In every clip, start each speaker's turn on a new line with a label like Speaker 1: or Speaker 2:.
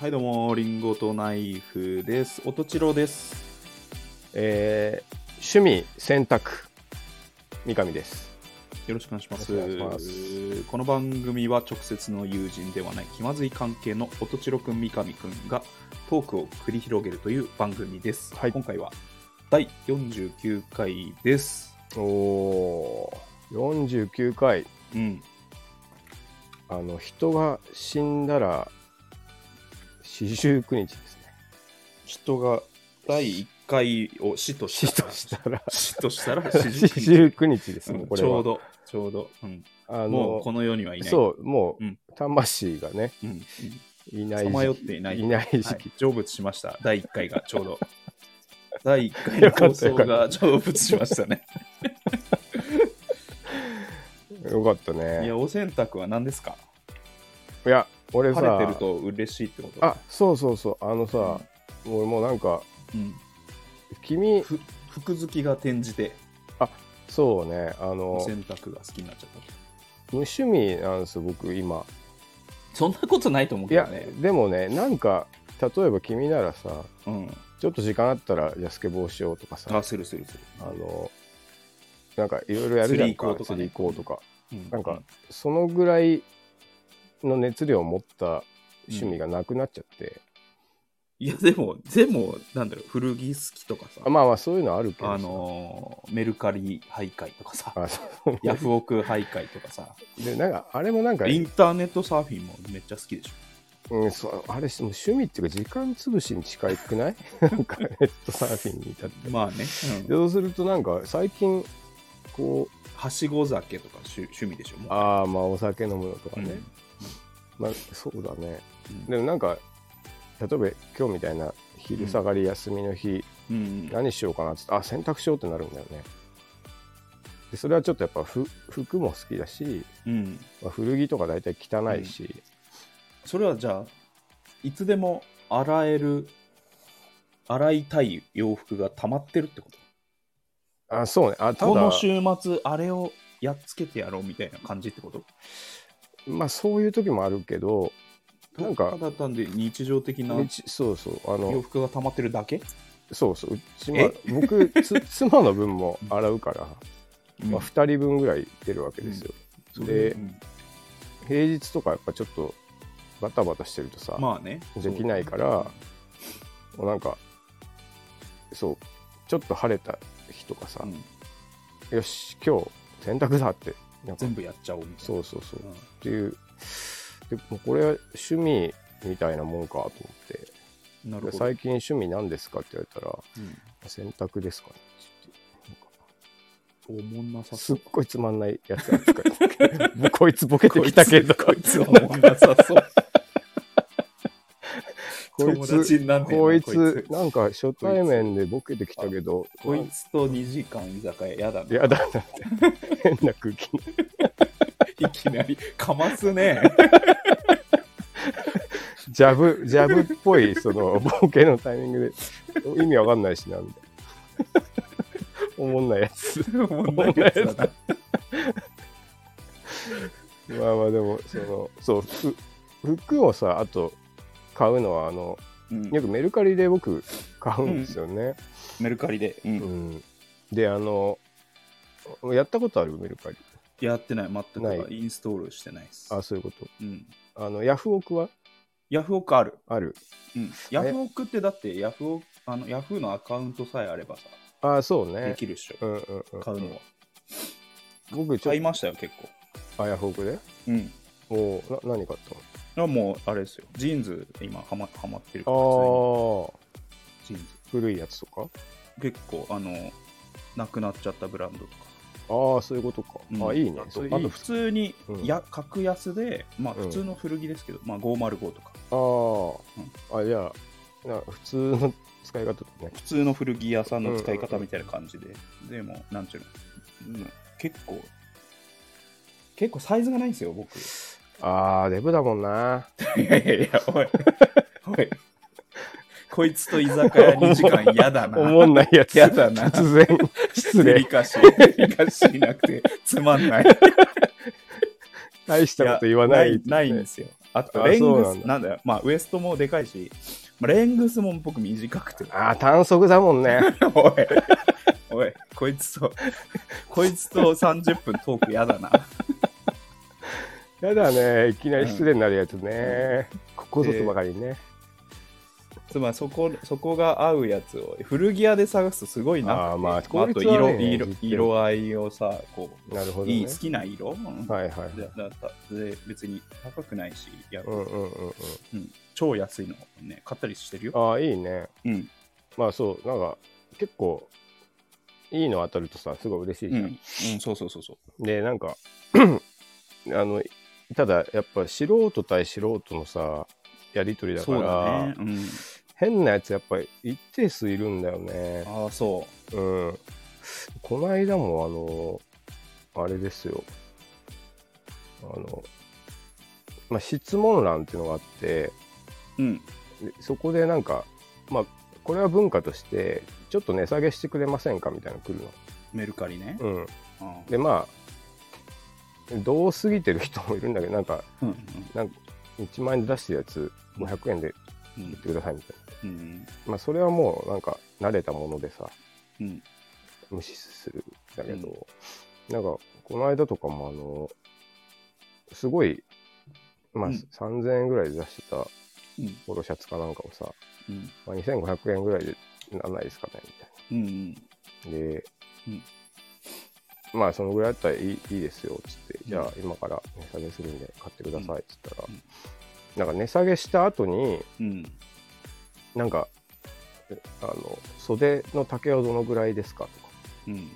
Speaker 1: はいどうもリンゴとナイフです音ちろです
Speaker 2: えー趣味選択三上です
Speaker 1: よろしくお願いします
Speaker 2: よろしくお願いし
Speaker 1: この番組は直接の友人ではない気まずい関係の音ちろくん三上くんがトークを繰り広げるという番組です、
Speaker 2: はい
Speaker 1: 今回は第49回です
Speaker 2: おおー49回
Speaker 1: うん
Speaker 2: あの人が死んだら四十九日ですね
Speaker 1: 人が第1回を死とし
Speaker 2: 死
Speaker 1: た
Speaker 2: としたら
Speaker 1: 死としたら
Speaker 2: 四
Speaker 1: 死人
Speaker 2: 十九日です
Speaker 1: う
Speaker 2: も
Speaker 1: んん
Speaker 2: これ
Speaker 1: ち
Speaker 2: は
Speaker 1: ょうどちょうど、うん
Speaker 2: あの
Speaker 1: もうこの世にはいない
Speaker 2: そうもう、
Speaker 1: うん
Speaker 2: 魂がね
Speaker 1: う、うん
Speaker 2: い
Speaker 1: うん、
Speaker 2: ない
Speaker 1: さ
Speaker 2: 時
Speaker 1: まよっ
Speaker 2: 期
Speaker 1: ていない
Speaker 2: いない時期、
Speaker 1: はい、成仏しました第1回がちょうど 第1回
Speaker 2: よ
Speaker 1: の
Speaker 2: か
Speaker 1: 放
Speaker 2: ったよ
Speaker 1: 送
Speaker 2: かった
Speaker 1: が成仏しましたね
Speaker 2: よかっ た
Speaker 1: い
Speaker 2: ね
Speaker 1: やお洗濯は何ですか
Speaker 2: いや俺
Speaker 1: 晴れ
Speaker 2: さ
Speaker 1: てると嬉しいってこと
Speaker 2: あそうそうそうあのさ、俺もうなんか
Speaker 1: うん、
Speaker 2: 君
Speaker 1: ふ服好きが転じて
Speaker 2: そうねあ
Speaker 1: お
Speaker 2: の
Speaker 1: 洗濯が好きになっちゃった
Speaker 2: 無趣味なんです僕今
Speaker 1: そんなことないと思う
Speaker 2: い
Speaker 1: けど
Speaker 2: や、
Speaker 1: ね
Speaker 2: でもねなんか例えば君ならさ
Speaker 1: うん
Speaker 2: ちょっと時間あったらじゃあスケボーしようとかさ
Speaker 1: あするするする
Speaker 2: あのなんかいろいろやるじゃんか
Speaker 1: 釣り
Speaker 2: 釣
Speaker 1: 行
Speaker 2: り行
Speaker 1: こ
Speaker 2: こ
Speaker 1: う
Speaker 2: う
Speaker 1: と
Speaker 2: とか
Speaker 1: うん
Speaker 2: なんかそのぐらいの熱量を持った趣味がなくなっちゃって、
Speaker 1: いやでもでもなんだろう古着好きとかさ
Speaker 2: あまあまあそういうのはあるけどさ
Speaker 1: あのーメルカリ徘徊とかさ
Speaker 2: あそう
Speaker 1: ヤフオク徘徊とかさ
Speaker 2: でなんかあれもなんか、
Speaker 1: インターネットサーフィンもめっちゃ好きでしょ
Speaker 2: うん、そうあれもう趣味っていうか時間潰しに近いくない なんかネットサーフィンに至って
Speaker 1: まあね、
Speaker 2: でそうするとなんか最近こう
Speaker 1: はしご酒とか趣趣味でしょもう
Speaker 2: ああまあお酒飲むのとか
Speaker 1: うん
Speaker 2: ね、まあそうだね
Speaker 1: うん
Speaker 2: でもなんか例えば今日みたいな昼下がり休みの日、
Speaker 1: うん
Speaker 2: 何しようかなっつってあ洗濯しようってなるんだよねでそれはちょっとやっぱふ服も好きだし、
Speaker 1: うん、
Speaker 2: まあ、古着とか大体汚いし、
Speaker 1: それはじゃあいつでも洗える洗いたい洋服が溜まってるってこと
Speaker 2: あそうねあた
Speaker 1: この
Speaker 2: だ
Speaker 1: 週末あれをやっつけてやろうみたいな感じってこと
Speaker 2: まあそういう時もあるけどなんか
Speaker 1: ただ単で日常的な
Speaker 2: 日そうそうあ
Speaker 1: 洋
Speaker 2: の
Speaker 1: 服が溜まってるだけ、
Speaker 2: そうそううち
Speaker 1: え
Speaker 2: も僕つ 妻の分も洗うから、
Speaker 1: うん
Speaker 2: まあ、2人分ぐらい出るわけですよ、
Speaker 1: そう
Speaker 2: で
Speaker 1: うん
Speaker 2: 平日とかやっぱちょっとバタバタしてるとさ、
Speaker 1: まあね
Speaker 2: できないからもうなんかそうちょっと晴れた日とかさ、
Speaker 1: うん
Speaker 2: よし今日洗濯だってなんか
Speaker 1: 全部やっちゃおうみたいな
Speaker 2: そうそうそう
Speaker 1: うん
Speaker 2: っていうでもうこれは趣味みたいなもんかと思って
Speaker 1: なるほ
Speaker 2: で
Speaker 1: ど、
Speaker 2: 最近趣味何ですかって言われたら
Speaker 1: うん
Speaker 2: 洗濯ですかねって言って
Speaker 1: おもんなさ
Speaker 2: す
Speaker 1: そ
Speaker 2: っ
Speaker 1: う
Speaker 2: ごいつまんないやつ扱い もうこいつボケてきたけど
Speaker 1: こいつこいつおもんなさ そう
Speaker 2: こい
Speaker 1: 友
Speaker 2: つ
Speaker 1: 達になんねんな
Speaker 2: こい
Speaker 1: こ
Speaker 2: つなんか初対面でボケてきたけど
Speaker 1: こいつと2時間居酒屋やだ
Speaker 2: い
Speaker 1: ね
Speaker 2: やだだって変な空気に
Speaker 1: いきなりかますね
Speaker 2: ジャブジャブっぽいそのボケのタイミングで意味わかんないしなみたいなおもんないやつ
Speaker 1: もうなんかやつだな
Speaker 2: まあまあでもそのそうふ服をさあと買うのはあの
Speaker 1: うん
Speaker 2: よくメルカリで僕買うんですよね、
Speaker 1: メルカリで、う
Speaker 2: うん
Speaker 1: ん
Speaker 2: であのやったことあるメルカリ
Speaker 1: やってない全
Speaker 2: ない
Speaker 1: くインストールしてないです
Speaker 2: あそういうこと
Speaker 1: うん
Speaker 2: あのヤフオクは
Speaker 1: ヤフオクある、
Speaker 2: ある
Speaker 1: うん、ヤフオクってだってヤフオクあのヤフーのアカウントさえあればさ
Speaker 2: あそう
Speaker 1: で
Speaker 2: ね
Speaker 1: きるっしょ
Speaker 2: うんうんうん
Speaker 1: 買うのは
Speaker 2: 僕ちょ
Speaker 1: 買い
Speaker 2: っ
Speaker 1: ましたよ結構
Speaker 2: とあヤフオクで
Speaker 1: うん
Speaker 2: おうな何買ったの
Speaker 1: あもうあれですよジーンズ今ハマハマってるから
Speaker 2: ああ
Speaker 1: ジーンズ
Speaker 2: 古いやつとか
Speaker 1: 結構あのなくなっちゃったブランドとか
Speaker 2: ああそういうことか、
Speaker 1: うん
Speaker 2: あいいね
Speaker 1: あと
Speaker 2: それいい
Speaker 1: あと普通に
Speaker 2: うん
Speaker 1: や、格安で、まあ、
Speaker 2: うん
Speaker 1: 普通の古着ですけど、まあ、505とか
Speaker 2: あああじゃあな普通の使い方だね
Speaker 1: 普通の古着屋さんの使い方みたいな感じで、でもなんちゅうの、うん結構結構サイズがないんですよ僕 い
Speaker 2: ああデブだもんな
Speaker 1: やいやいや おいおいこいつと居酒屋2時間嫌だ な
Speaker 2: おもんないやつ
Speaker 1: やだな
Speaker 2: 突然失
Speaker 1: デリ
Speaker 2: 礼
Speaker 1: カシーデリカシーなくてつまんない
Speaker 2: 大したこと言わな
Speaker 1: や
Speaker 2: い
Speaker 1: ないないんですよあと
Speaker 2: あ
Speaker 1: レン
Speaker 2: そう
Speaker 1: グ
Speaker 2: な
Speaker 1: ス
Speaker 2: ん
Speaker 1: な
Speaker 2: だ
Speaker 1: んだよまあウエストもでかいし、まあ、レングスも僕短 くて
Speaker 2: ああ、短足だも んね。
Speaker 1: おいおいこいつと こいつと30分トークやだな
Speaker 2: やだね。いきなり失礼になるやつね。ここぞとばかりにね。
Speaker 1: つまりそこそこが合うやつを古着屋で探すとすごいな
Speaker 2: あーまあ
Speaker 1: あと
Speaker 2: 効率は
Speaker 1: 色,、
Speaker 2: ね
Speaker 1: 色
Speaker 2: 実験
Speaker 1: 色合いをさこ
Speaker 2: なるほ
Speaker 1: う、
Speaker 2: どね。
Speaker 1: いい好きな色、うん
Speaker 2: はいはいはい。
Speaker 1: だだったで別に高くないしいや、
Speaker 2: うんうんうんうん。
Speaker 1: うん超安いのね買ったりしてるよ、
Speaker 2: ああ、いいね。
Speaker 1: うん
Speaker 2: まあそう、なんか結構いいの当たるとさ、すごい嬉しいじ
Speaker 1: う
Speaker 2: ゃ
Speaker 1: ん
Speaker 2: ん。
Speaker 1: うん、そうそうそうそう
Speaker 2: で、なんか、 あの、ただやっぱ素人対素人のさ、やりとりだか
Speaker 1: そうだ
Speaker 2: ら、
Speaker 1: ね、うん、
Speaker 2: 変なやつやっぱ一定数いるんだよね。
Speaker 1: ああそ
Speaker 2: うん。こないだも、あの、あれですよ。あの、まあ、質問欄っていうのがあって、
Speaker 1: ううん
Speaker 2: でそこでなんか、まあ、これは文化として、ちょっと値下げしてくれませんかみたいなの来る
Speaker 1: メルカリね、
Speaker 2: の。うん。
Speaker 1: あー
Speaker 2: で、まあ、どう過ぎてる人もいるんだけど、なんか、
Speaker 1: うん
Speaker 2: 1万円で出してるやつ、500円で
Speaker 1: うん
Speaker 2: 売ってくださいみたい
Speaker 1: うんうん
Speaker 2: な。まあ、それはもう、なんか、慣れたものでさ、
Speaker 1: うん
Speaker 2: 無視するんだけど、なんかこの間とかもあのすごい、まあ
Speaker 1: うん
Speaker 2: 3000円ぐらいで出してた
Speaker 1: うん
Speaker 2: ポロシャツかなんかをさ、
Speaker 1: うん
Speaker 2: まあ、2500円ぐらいでならないですかねみ
Speaker 1: うんうん
Speaker 2: たいな。で、
Speaker 1: うん
Speaker 2: まあそのぐらいだったらいいいいですよっつって、
Speaker 1: ん
Speaker 2: じゃあ今から値下げするんで買ってくださいっつったら、
Speaker 1: うん
Speaker 2: なんか値下げした後に
Speaker 1: うん
Speaker 2: なんかえあの袖の丈はどのぐらいですかとか
Speaker 1: うん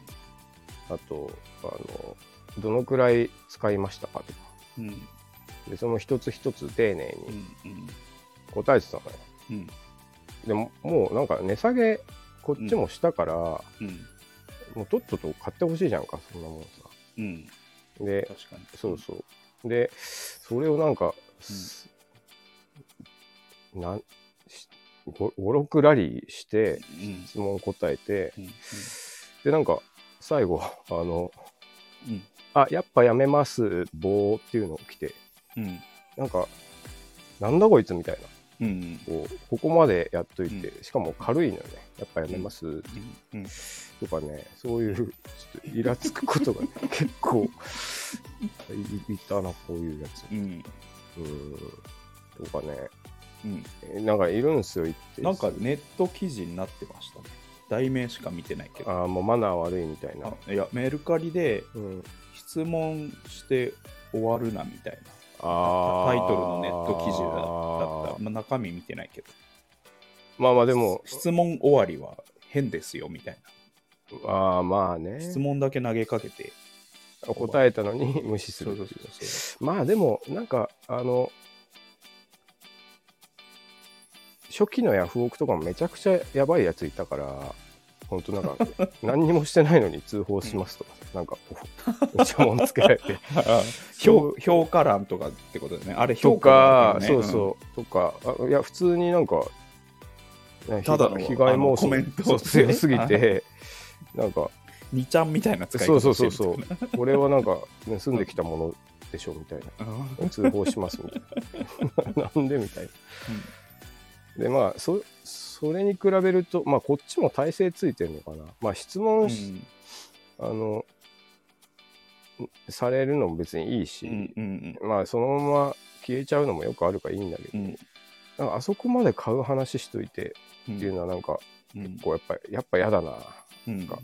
Speaker 2: あとあのどのくらい使いましたかとか
Speaker 1: うん
Speaker 2: でその一つ一つ丁寧
Speaker 1: う
Speaker 2: に
Speaker 1: んうん
Speaker 2: 答えてたのよ
Speaker 1: うん
Speaker 2: でももうなんか値下げこっちもしたから、も
Speaker 1: うん
Speaker 2: うとっとと買ってほしいじゃんかそんなもんさ
Speaker 1: うん
Speaker 2: で
Speaker 1: 確かに
Speaker 2: そうそうでそれをなんか、すなん56ラリーして
Speaker 1: うんうん
Speaker 2: 質問答えて
Speaker 1: うん
Speaker 2: でなんか最後 あの
Speaker 1: うん
Speaker 2: 「あやっぱやめます棒」っていうのを着て
Speaker 1: うん
Speaker 2: なんかなんだこいつみたいな
Speaker 1: うんうん
Speaker 2: こうここまでやっといて、
Speaker 1: う
Speaker 2: しかも軽いのよねやっぱやめます、
Speaker 1: うん
Speaker 2: とかねそういうちょっとイラつくことが、ね、結構いいたなこういうやつ
Speaker 1: うん
Speaker 2: うんとかね
Speaker 1: うん
Speaker 2: えなんかいるんですよ一定数
Speaker 1: なんかネット記事になってましたね題名しか見てないけど
Speaker 2: あーもうマナー悪いみたいな
Speaker 1: あいやメルカリで
Speaker 2: うん
Speaker 1: 質問して終わるなみたいな
Speaker 2: あー
Speaker 1: タイトルのネット記事だった、まあ、中身見てないけど
Speaker 2: まあまあでも
Speaker 1: 質問終わりは変ですよみたい
Speaker 2: ああまあね
Speaker 1: な質問だけ投げかけて
Speaker 2: 答えたのに無視する
Speaker 1: そうそうそうそ
Speaker 2: まあでもなんかあの初期のヤフオクとかもめちゃくちゃやばいやついたから本当なん か何にもしてないのに通報しますとか、なんかお注文つけられて
Speaker 1: 評評価欄とかってことだよねあれ
Speaker 2: と
Speaker 1: 評価
Speaker 2: か、
Speaker 1: 欄だよね
Speaker 2: そうそう、とかあいや普通になんか、ね
Speaker 1: ただの
Speaker 2: 被害
Speaker 1: あの
Speaker 2: 妄
Speaker 1: コメント
Speaker 2: 想そう強すぎてなんか
Speaker 1: うん2ちゃんみたいな使い
Speaker 2: そう
Speaker 1: 方
Speaker 2: そ
Speaker 1: し
Speaker 2: う
Speaker 1: て
Speaker 2: そう
Speaker 1: る
Speaker 2: そうこれはなんか盗んできたものでしょみたい な
Speaker 1: うん
Speaker 2: 通報しますみたいな。 なんでみたいな。でまあそそれに比べるとまあこっちも体制ついてるのかな。まあ質問し、あのんされるのも別にいいし、
Speaker 1: うんうん
Speaker 2: まあそのまま消えちゃうのもよくあるからいいんだけど、
Speaker 1: うんうん
Speaker 2: なんかあそこまで買う話しといて
Speaker 1: うん
Speaker 2: っていうのはなんか
Speaker 1: うん
Speaker 2: こうやっぱやっぱやだな、
Speaker 1: うん
Speaker 2: か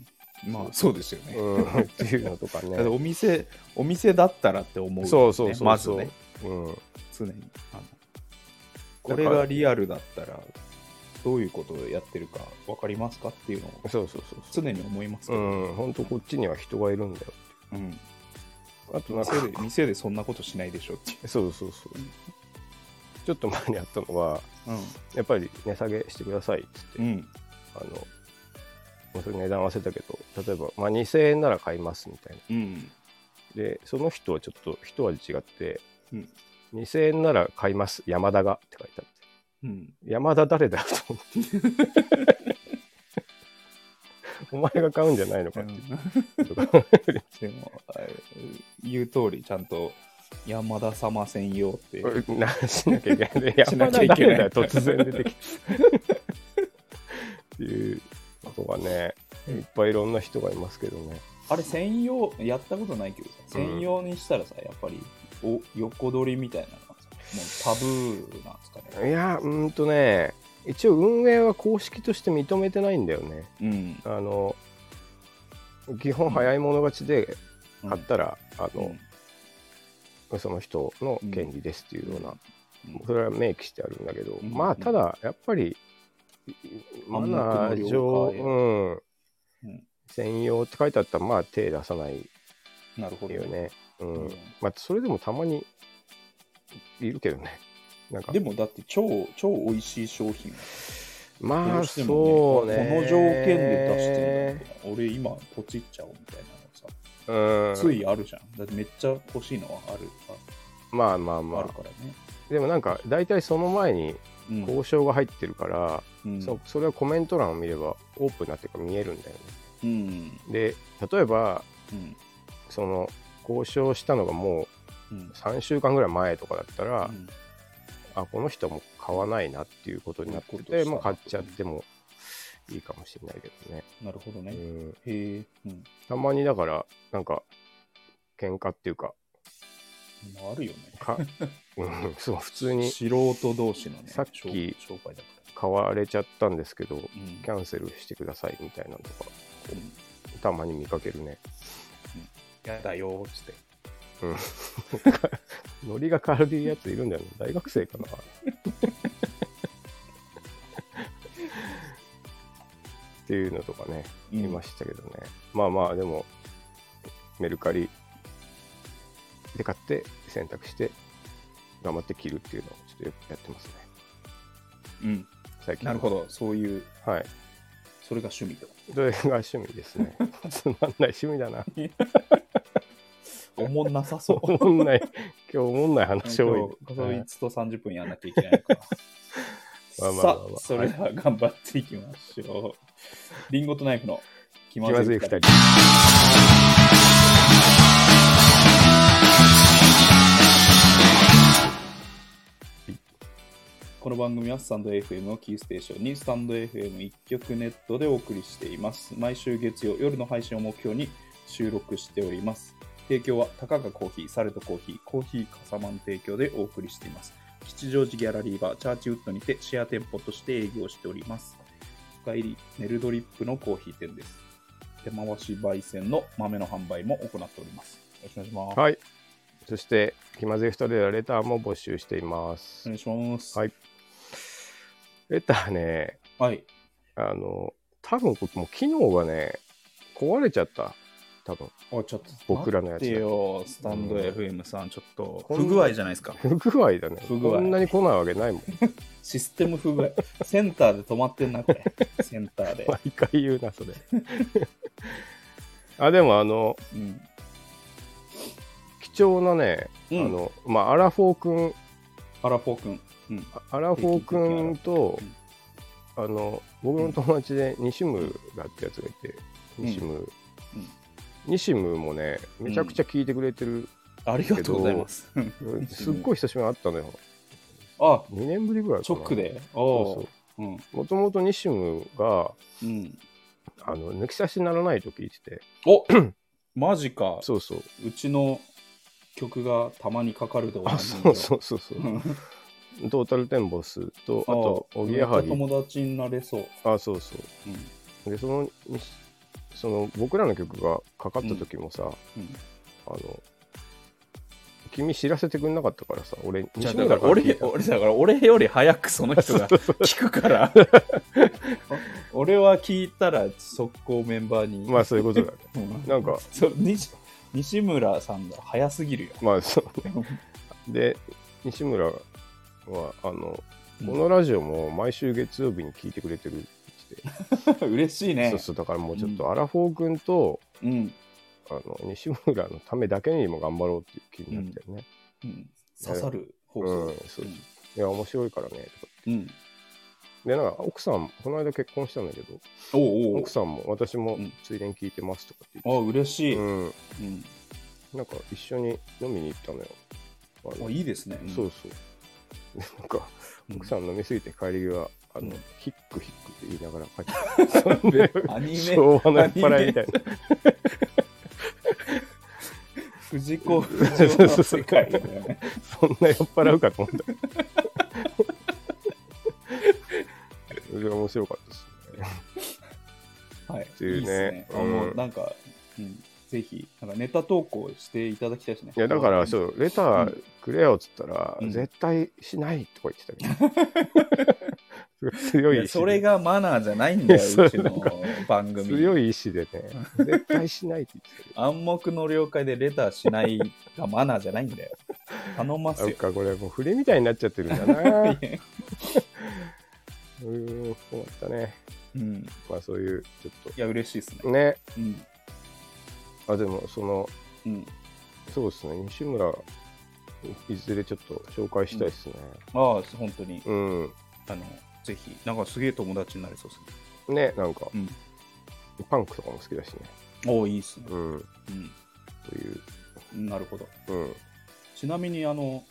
Speaker 1: まあそうですよね、
Speaker 2: うん、っていうのとか
Speaker 1: だって
Speaker 2: ね。
Speaker 1: お店お店だったらって思うよね、
Speaker 2: そうそうそうそう。
Speaker 1: まずね
Speaker 2: うん。
Speaker 1: 常にあのこれがリアルだったらどういうことをやってるか分かりますかっていうのを
Speaker 2: そうそうそうそ
Speaker 1: 常に思いますけ
Speaker 2: う。
Speaker 1: ど、
Speaker 2: うん、本当こっちには人がいるんだよ。
Speaker 1: うん
Speaker 2: あとなんか
Speaker 1: 店で店でそんなことしないでしょっていう、
Speaker 2: そうそうそう。ちょっと前にあったのは、
Speaker 1: う
Speaker 2: やっぱり値下げしてくださいっつって、
Speaker 1: んうん、
Speaker 2: あの、まあそれ値段合わせたけど、例えば、まあ、2000円なら買いますみたいな。
Speaker 1: うん
Speaker 2: で、その人はちょっと一味違って、
Speaker 1: うん
Speaker 2: 2000円なら買います、山田がって書いてあって、
Speaker 1: うん
Speaker 2: 山田誰だよと思って。お前が買 うんじゃないのかっていうとか、
Speaker 1: でもあ言う通りちゃんと山田様専用って。
Speaker 2: なしなきゃいけない。や
Speaker 1: し
Speaker 2: な
Speaker 1: なき
Speaker 2: きゃ
Speaker 1: ゃ
Speaker 2: い
Speaker 1: い
Speaker 2: け
Speaker 1: け
Speaker 2: な
Speaker 1: ないい
Speaker 2: だよ、突然出て きて。っていうことがね、いっぱいいろんな人がいますけどね。
Speaker 1: あれ専用、やったことないけどさ、専用にしたらさ、やっぱりお横取りみたいなのがさ、もうタブーなんですかね。
Speaker 2: いや、うーんとね、一応運営は公式として認めてないんだよね。
Speaker 1: うん。
Speaker 2: あの、基本早い者勝ちで買ったら、あ
Speaker 1: う
Speaker 2: の、
Speaker 1: ん
Speaker 2: その人の権利ですっていうような、
Speaker 1: うん
Speaker 2: それは明記してあるんだけど、
Speaker 1: うん
Speaker 2: まあ、ただ、やっぱり、マ
Speaker 1: 暗黙
Speaker 2: ナ
Speaker 1: の了
Speaker 2: ー
Speaker 1: 解
Speaker 2: 上、う
Speaker 1: うんん、
Speaker 2: 専用って書いてあったら、まあ、手出さない
Speaker 1: なるほど。
Speaker 2: よね。うん
Speaker 1: うん
Speaker 2: まあ、それでもたまにいるけどね。なんか
Speaker 1: でもだって超、超美味しい商品。
Speaker 2: ま
Speaker 1: ど
Speaker 2: あ、
Speaker 1: うしても
Speaker 2: そう
Speaker 1: ね
Speaker 2: ね。
Speaker 1: この条件で出してるんだって俺今ポチっちゃおうみたいな
Speaker 2: うん
Speaker 1: のさ、ついあるじゃん。だってめっちゃ欲しいのはある
Speaker 2: まあまあ
Speaker 1: あ
Speaker 2: ま
Speaker 1: ある
Speaker 2: あ。
Speaker 1: からね。
Speaker 2: でもなんか、大体その前に
Speaker 1: うん
Speaker 2: 交渉が入ってるから、
Speaker 1: うん
Speaker 2: そそれはコメント欄を見ればオープンなっていうか見えるんだよね。
Speaker 1: うん
Speaker 2: で、例えば、
Speaker 1: うん
Speaker 2: その、交渉したのがも
Speaker 1: うん
Speaker 2: う3週間ぐらい前とかだったら、
Speaker 1: うん
Speaker 2: あこの人はもう買わないなっていうことになって
Speaker 1: そうい
Speaker 2: て、
Speaker 1: うことした
Speaker 2: まあ、
Speaker 1: な
Speaker 2: 買っちゃってもいいかもしれないけどね、
Speaker 1: なるほど
Speaker 2: う
Speaker 1: ね。
Speaker 2: ん、
Speaker 1: へえ。うん
Speaker 2: たまにだからなんか喧嘩っていうか
Speaker 1: まああるよね。
Speaker 2: か、うん、そう普通に
Speaker 1: 素人同士のね、
Speaker 2: さっき
Speaker 1: 紹紹介だか
Speaker 2: 買われちゃったんですけど
Speaker 1: ら。うん
Speaker 2: キャンセルしてくださいみたいなのとか
Speaker 1: うんい
Speaker 2: たまに見かけるね
Speaker 1: やだよーっつって。
Speaker 2: ノリが変わるやついるんだよね大学生か なっていうのとかね
Speaker 1: うん
Speaker 2: いましたけどね、まあまあでもメルカリで買って選択して頑張って切るっていうのをちょっとよくやってますね
Speaker 1: うん
Speaker 2: 最近
Speaker 1: なるほど。そういう、
Speaker 2: どはい
Speaker 1: それが趣味と。
Speaker 2: それが趣味ですね つまんない趣味だな
Speaker 1: おもんなさ そう。
Speaker 2: おもんない今日おもんない話多い、
Speaker 1: 今日そいつと30分やんなきゃいけないから。
Speaker 2: まあまあま
Speaker 1: さ
Speaker 2: あまあ
Speaker 1: あ、それでは頑張っていきましょう。リンゴとナイフの気
Speaker 2: 気まずい2人
Speaker 1: この番組はスタンド FM をキーステーションにスタンド FM 一曲ネットでお送りしています。毎週月曜夜の配信を目標に収録しております。提供はたかがコーヒー、サルトコーヒー、コーヒーかさまん提供でお送りしています。吉祥寺ギャラリーバー、チャーチウッドにてシェア店舗として営業しております。深入りネルドリップのコーヒー店です。手回し焙煎の豆の販売も行っております。よろしくお願いします。
Speaker 2: はいそして気まずい2人でレターも募集しています、
Speaker 1: お願いします。
Speaker 2: はいレターね
Speaker 1: はい。
Speaker 2: あの、多分こもう機能がね、壊れちゃった。多分。
Speaker 1: おいちょっと
Speaker 2: 僕らのやつだ
Speaker 1: 待ってよスタンド FM さん、ちょっと
Speaker 2: こん
Speaker 1: 不具合じゃないですか。
Speaker 2: 不具合だね。
Speaker 1: 不具合
Speaker 2: こんなに来ないわけないもん。
Speaker 1: システム不具合。センターで止まってんな、 これ。センターで。
Speaker 2: 毎回言う な、それ。あ、でもあの、
Speaker 1: うん。
Speaker 2: 貴重なね、
Speaker 1: うん
Speaker 2: あの、まあ、アラフォー君、
Speaker 1: アラフォー君。うん。
Speaker 2: あアラフォー君
Speaker 1: 平
Speaker 2: と
Speaker 1: 均的に、
Speaker 2: あの、僕の友達で西ムがってやつがいて、
Speaker 1: うん
Speaker 2: 西ム。
Speaker 1: うん
Speaker 2: 西ムもね、めちゃくちゃ聞いてくれてる、
Speaker 1: ありがとうございます。
Speaker 2: すっごい久しぶりに会ったのよ。
Speaker 1: あ、
Speaker 2: 2年ぶりぐらいかな。
Speaker 1: 直で。
Speaker 2: そう
Speaker 1: お
Speaker 2: そう
Speaker 1: う。うん。
Speaker 2: もともと西ムが
Speaker 1: うん。
Speaker 2: あの抜き差しならないと聞いてて
Speaker 1: おマジか。
Speaker 2: そうそう
Speaker 1: うちの曲がたまにかかるでおな
Speaker 2: あ
Speaker 1: じみ
Speaker 2: そ
Speaker 1: の
Speaker 2: うそうそうそううんトータルテンボスとあ
Speaker 1: あ
Speaker 2: とおぎやはぎ
Speaker 1: めっちゃ友達になれそう。
Speaker 2: あそうそう
Speaker 1: うん。
Speaker 2: でその西その僕らの曲がかかった時もさ、
Speaker 1: うん
Speaker 2: あの君知らせてくれなかったからさ俺
Speaker 1: じゃあ
Speaker 2: 西
Speaker 1: だ
Speaker 2: 村
Speaker 1: か
Speaker 2: からら聞
Speaker 1: 俺
Speaker 2: いた
Speaker 1: 俺だから俺より早くその人が聞くから 俺は聞いたら速攻メンバーに、
Speaker 2: まあそういうこと だね
Speaker 1: うん
Speaker 2: なんか
Speaker 1: そう西西村さんが早すぎるよ
Speaker 2: まあそうねで西村はあのこのラジオも毎週月曜日に聞いてくれてるって言っ て
Speaker 1: 嬉しいね
Speaker 2: そうそうだからもうちょっとアラフォー君と、
Speaker 1: うん
Speaker 2: あの西村のためだけにも頑張ろうっていう気になったよね。
Speaker 1: うん、刺さる放
Speaker 2: うん、
Speaker 1: 送
Speaker 2: そうそういや面白いからねとか。
Speaker 1: うん、うん
Speaker 2: でなんか奥さんこの間結婚したんだけど
Speaker 1: おうおう
Speaker 2: 奥さんも私も
Speaker 1: うん
Speaker 2: ついでに聞いてますとかって
Speaker 1: あ
Speaker 2: 言っ、
Speaker 1: 嬉してい、うん
Speaker 2: うん、なんか一緒に飲みに行ったのよ。あ
Speaker 1: あ
Speaker 2: の
Speaker 1: いいですね。
Speaker 2: そううそう。で なんか、奥さん飲みすぎて帰り際、あの、ヒックヒックって言いながら帰って
Speaker 1: で
Speaker 2: きた
Speaker 1: アニメ
Speaker 2: 昭和の酔っ払いみたいな。
Speaker 1: 藤 子不二雄の世界だよね。
Speaker 2: そんな酔っ払うかと思った。それが面白かったですね。
Speaker 1: はい。
Speaker 2: ていうね
Speaker 1: いですね。あ、
Speaker 2: うん
Speaker 1: もうなんか、うん、ぜひ、なんかネタ投稿していただきたいですね。。
Speaker 2: いや、だから、そうう、レターくれよっつったら、
Speaker 1: うん
Speaker 2: 絶対しないとか言って たけど。強
Speaker 1: い
Speaker 2: い意
Speaker 1: や
Speaker 2: 志
Speaker 1: それがマナーじゃないんだよ、
Speaker 2: そう
Speaker 1: うちの番組。
Speaker 2: 強い意志でね、絶対しないって言ってたけど。
Speaker 1: 暗黙の了解でレターしないがマナーじゃないんだよ。頼ます
Speaker 2: なん
Speaker 1: よ。
Speaker 2: かこれもう振りみたいになっちゃってるんだ な。うーん、困ったね。
Speaker 1: うん、
Speaker 2: まあそういう、ちょっ
Speaker 1: いや、嬉しいですね。
Speaker 2: と。ね。
Speaker 1: うん。
Speaker 2: あ、でも、その、
Speaker 1: うん、
Speaker 2: そうですね。西村、いずれちょっと紹介したいですね。
Speaker 1: ああ、本当に、
Speaker 2: うん。
Speaker 1: あの、ぜひ、なんかすげえ友達になりそうですね。
Speaker 2: ね、なんか、
Speaker 1: うん
Speaker 2: パンクとかも好きだしね。
Speaker 1: おお、いいっすね。
Speaker 2: うん。
Speaker 1: う
Speaker 2: という。
Speaker 1: ん。なるほど。
Speaker 2: うん。
Speaker 1: ちなみに、あの、